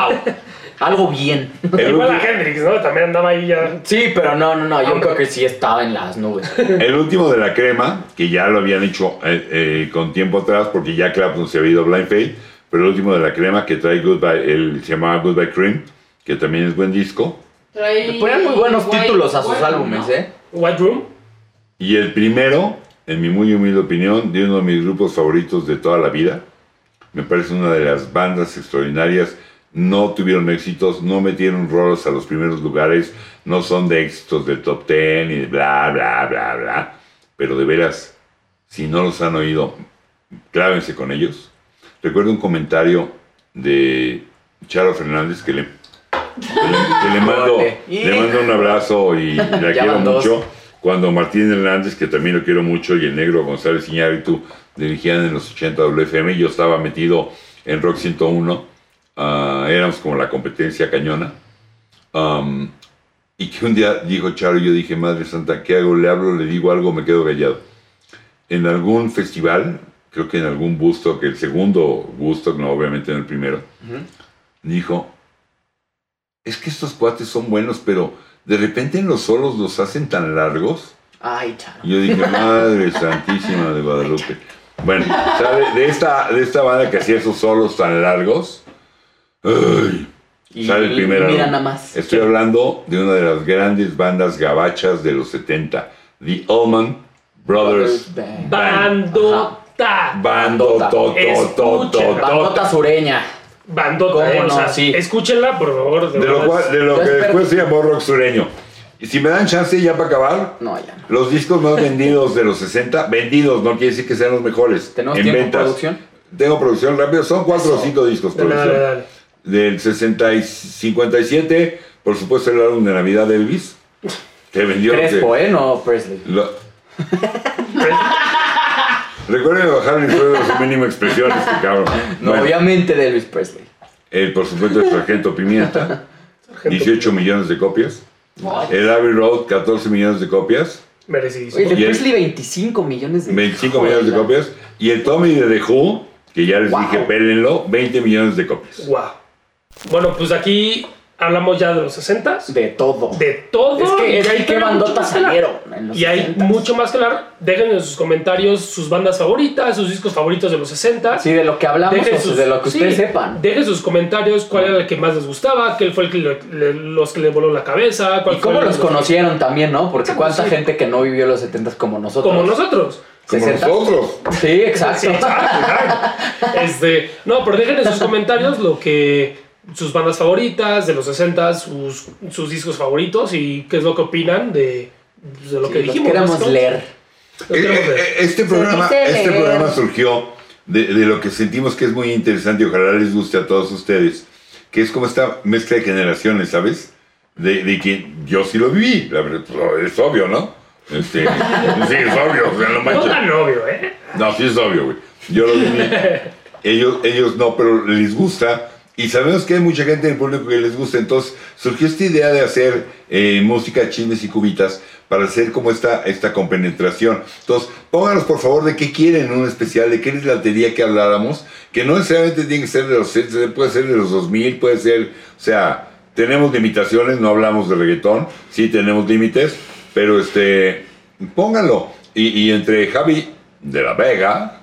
S2: algo bien.
S1: El
S3: Igual
S1: ulti-
S3: a Hendrix, ¿no? También andaba ahí ya.
S2: Sí, pero no, no, no, Joe Cocker sí estaba en las nubes.
S1: El último de la crema, que ya lo habían hecho eh, eh, con tiempo atrás, porque ya Clapton se había ido a Blind Faith, pero el último de la crema que trae Goodbye, el, se llamaba Goodbye Cream, que también es buen disco.
S4: Trae-
S2: Le ponían muy buenos
S4: Guay-
S2: títulos a sus
S4: bueno,
S2: álbumes,
S4: ¿no?
S2: ¿eh?
S3: White Room.
S1: Y el primero, en mi muy humilde opinión, de uno de mis grupos favoritos de toda la vida. Me parece una de las bandas extraordinarias. No tuvieron éxitos, no metieron roles a los primeros lugares, no son de éxitos del top 10 y de bla, bla, bla, bla. Pero de veras, si no los han oído, clávense con ellos. Recuerdo un comentario de Charo Fernández que le Que le mando,
S2: Ole.
S1: le mando un abrazo y, y la
S2: Ya
S1: quiero
S2: van dos.
S1: mucho. Cuando Martín Hernández, que también lo quiero mucho, y el negro González Iñárritu dirigían en los 80 WFM, yo estaba metido en Rock 101, ah, éramos como la competencia cañona. Am, y que un día dijo Charo, yo dije, Madre Santa, ¿qué hago? ¿Le hablo? ¿Le digo algo? Me quedo callado. En algún festival, creo que en algún Bustock, el segundo Bustock, no, obviamente en el primero,
S2: Ujú.
S1: dijo, es que estos cuates son buenos, pero de repente en los solos los hacen tan largos.
S2: Ay, chao.
S1: Y yo dije, Madre Santísima de Guadalupe. Bueno, o sea, de, de esta, de esta banda que hacía esos solos tan largos, ¡ay!
S2: Y
S1: Sale el primer
S2: mira
S1: álbum.
S2: nada más.
S1: Estoy hablando de una de las grandes bandas gabachas de los 70, The Allman Brothers.
S2: Band.
S3: Bandota.
S1: Bando, to, to, to, to,
S3: Escuchen,
S1: to.
S2: Bandota sureña.
S3: Bandota, eh,
S2: ¿Cómo
S3: o
S2: no?
S3: sea,
S2: Sí.
S3: escúchenla, por favor.
S1: De lo,
S3: verdad.
S1: cual- de lo que
S2: Yo espero-
S1: después se llamó rock sureño. Y si me dan chance ya para acabar,
S2: No, ya no.
S1: los discos más vendidos de los 60, vendidos, no quiere decir que sean los mejores.
S2: ¿Tenemos
S1: en
S2: tiempo,
S1: ventas.
S2: producción?
S1: Tengo producción rápido, son 4 o
S2: Eso.
S1: 5 discos
S3: Dale,
S1: producción.
S3: dale, dale.
S1: Del 60 y 57, por supuesto el álbum de Navidad de Elvis, que vendió... lo que-
S2: Crespo, ¿eh? No, Presley.
S1: Lo- Recuerden bajar el sueldo a su mínima expresión, este cabrón.
S2: No,
S1: Bueno,
S2: obviamente de Elvis Presley.
S1: el, por supuesto, el Sargento Pimienta,
S3: Sargento.
S1: 18 millones de copias. El Abbey Road, 14 millones de copias.
S2: Oye,
S3: Merecidísimo.
S2: de
S1: Y el-
S2: Presley 25 millones de
S1: 25 millones de
S2: Joder.
S1: copias. Y el Tommy de The Who, que ya les
S2: Wow.
S1: dije, pélenlo, 20 millones de copias.
S3: Guau. Bueno, pues aquí hablamos ya de los 60
S2: De todo.
S3: de todo.
S2: Es que-
S3: y
S2: es
S3: hay
S2: que
S3: todavía
S2: bandotas
S3: mucho más que hablar.
S2: salieron en los
S3: Y hay
S2: 60s.
S3: mucho más que hablar. Dejen en sus comentarios sus bandas favoritas, sus discos favoritos de los 60.
S2: Sí, de lo que hablamos, o sea, de lo que
S3: sí,
S2: ustedes sepan.
S3: Dejen sus comentarios cuál era el que más les gustaba, qué fue el que le- le- los que le voló la cabeza. cuál
S2: Y cómo
S3: fue el-
S2: los conocieron también, ¿no? Porque
S3: Exacto,
S2: cuánta
S3: sí.
S2: gente que no vivió los 70 como nosotros.
S3: Como nosotros.
S1: Como
S2: 60.
S1: nosotros.
S2: Sí, exacto.
S3: Sí, exacto, exacto. Este, no, pero dejen en sus comentarios lo que sus bandas favoritas de los 60, sus, sus discos favoritos y qué es lo que opinan de, de lo
S2: Sí,
S3: que
S2: los
S3: dijimos.
S2: queremos
S3: ¿no?
S2: leer.
S3: Los
S1: Eh,
S3: queremos leer.
S1: eh, Este programa,
S4: dice
S1: este
S4: leer.
S1: programa surgió de, de lo que sentimos que es muy interesante y ojalá les guste a todos ustedes, que es como esta mezcla de generaciones, ¿sabes? De, de que yo sí lo viví, la verdad, pues, es obvio, ¿no? Este, sí, es obvio, o sea, no
S3: No
S1: manches.
S3: tan obvio, ¿eh?
S1: No, sí es obvio, güey. Yo lo viví. Ellos, ellos no, pero les gusta. Y sabemos que hay mucha gente en el público que les gusta. Entonces surgió esta idea de hacer eh, música, chismes y cubitas para hacer como esta, esta compenetración. Entonces, pónganos por favor de qué quieren un especial, de qué les latería que habláramos, que no necesariamente tiene que ser de los 70, puede ser de los 2000, puede ser, o sea, tenemos limitaciones, no hablamos de reggaetón, sí tenemos límites, pero este, pónganlo. Y, y entre Javi de la Vega,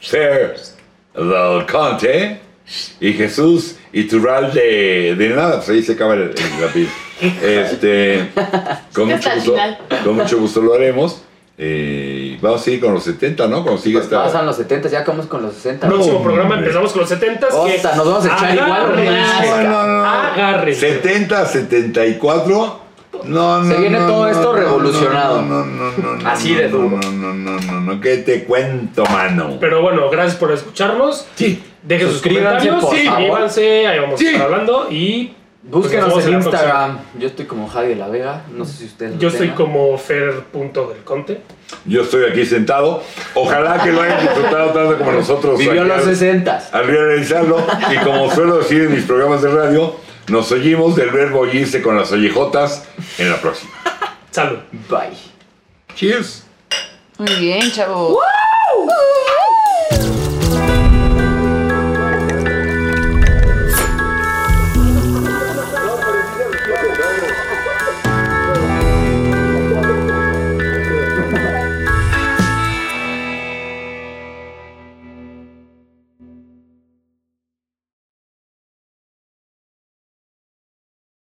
S1: Ser del Conte y Jesús Iturralde de nada, pues ahí se acaba el, el rapid. Este, con, mucho
S4: Hasta el
S1: gusto,
S4: final.
S1: con mucho gusto lo haremos. Eh, vamos a ir con los 70, ¿no? Cuando sigue esta...
S2: Pasan los 70, ya acabamos con los 60.
S3: Próximo
S1: hombre.
S3: programa empezamos con los 70.
S2: Osta, nos vamos a echar igual,
S1: No, no, no.
S3: Agárrense.
S1: 70, 74. No, no.
S2: Se viene
S1: no,
S2: todo
S1: no,
S2: esto
S1: no,
S2: revolucionado.
S1: No, no, no, no,
S2: Así
S1: no,
S2: de
S1: no,
S2: duro.
S1: No, no, no, no, no. ¿Qué te cuento, mano?
S3: Pero bueno, gracias por escucharnos.
S1: sí.
S3: Dejen sus
S2: Suscríbanse,
S3: comentarios.
S2: por
S3: Sí,
S2: favor.
S3: suscríbanse, ahí vamos
S1: Sí.
S3: a estar hablando. Y
S2: Búsquenos
S3: Pues nos vemos
S2: en
S3: en la
S2: Instagram. Yo estoy como Javi de la Vega. No sé si ustedes. lo
S3: yo estoy
S2: tengan.
S3: como fer.delconte.
S1: Yo estoy aquí sentado. Ojalá que lo hayan disfrutado tanto como nosotros.
S2: Vivió
S1: aquí
S2: los
S1: al-
S2: 60.
S1: Al realizarlo. Y como suelo decir en mis programas de radio, nos oímos del verbo oírse con las ollejotas en la próxima.
S3: Salud.
S2: Bye.
S1: Cheers.
S4: Muy bien, chavo.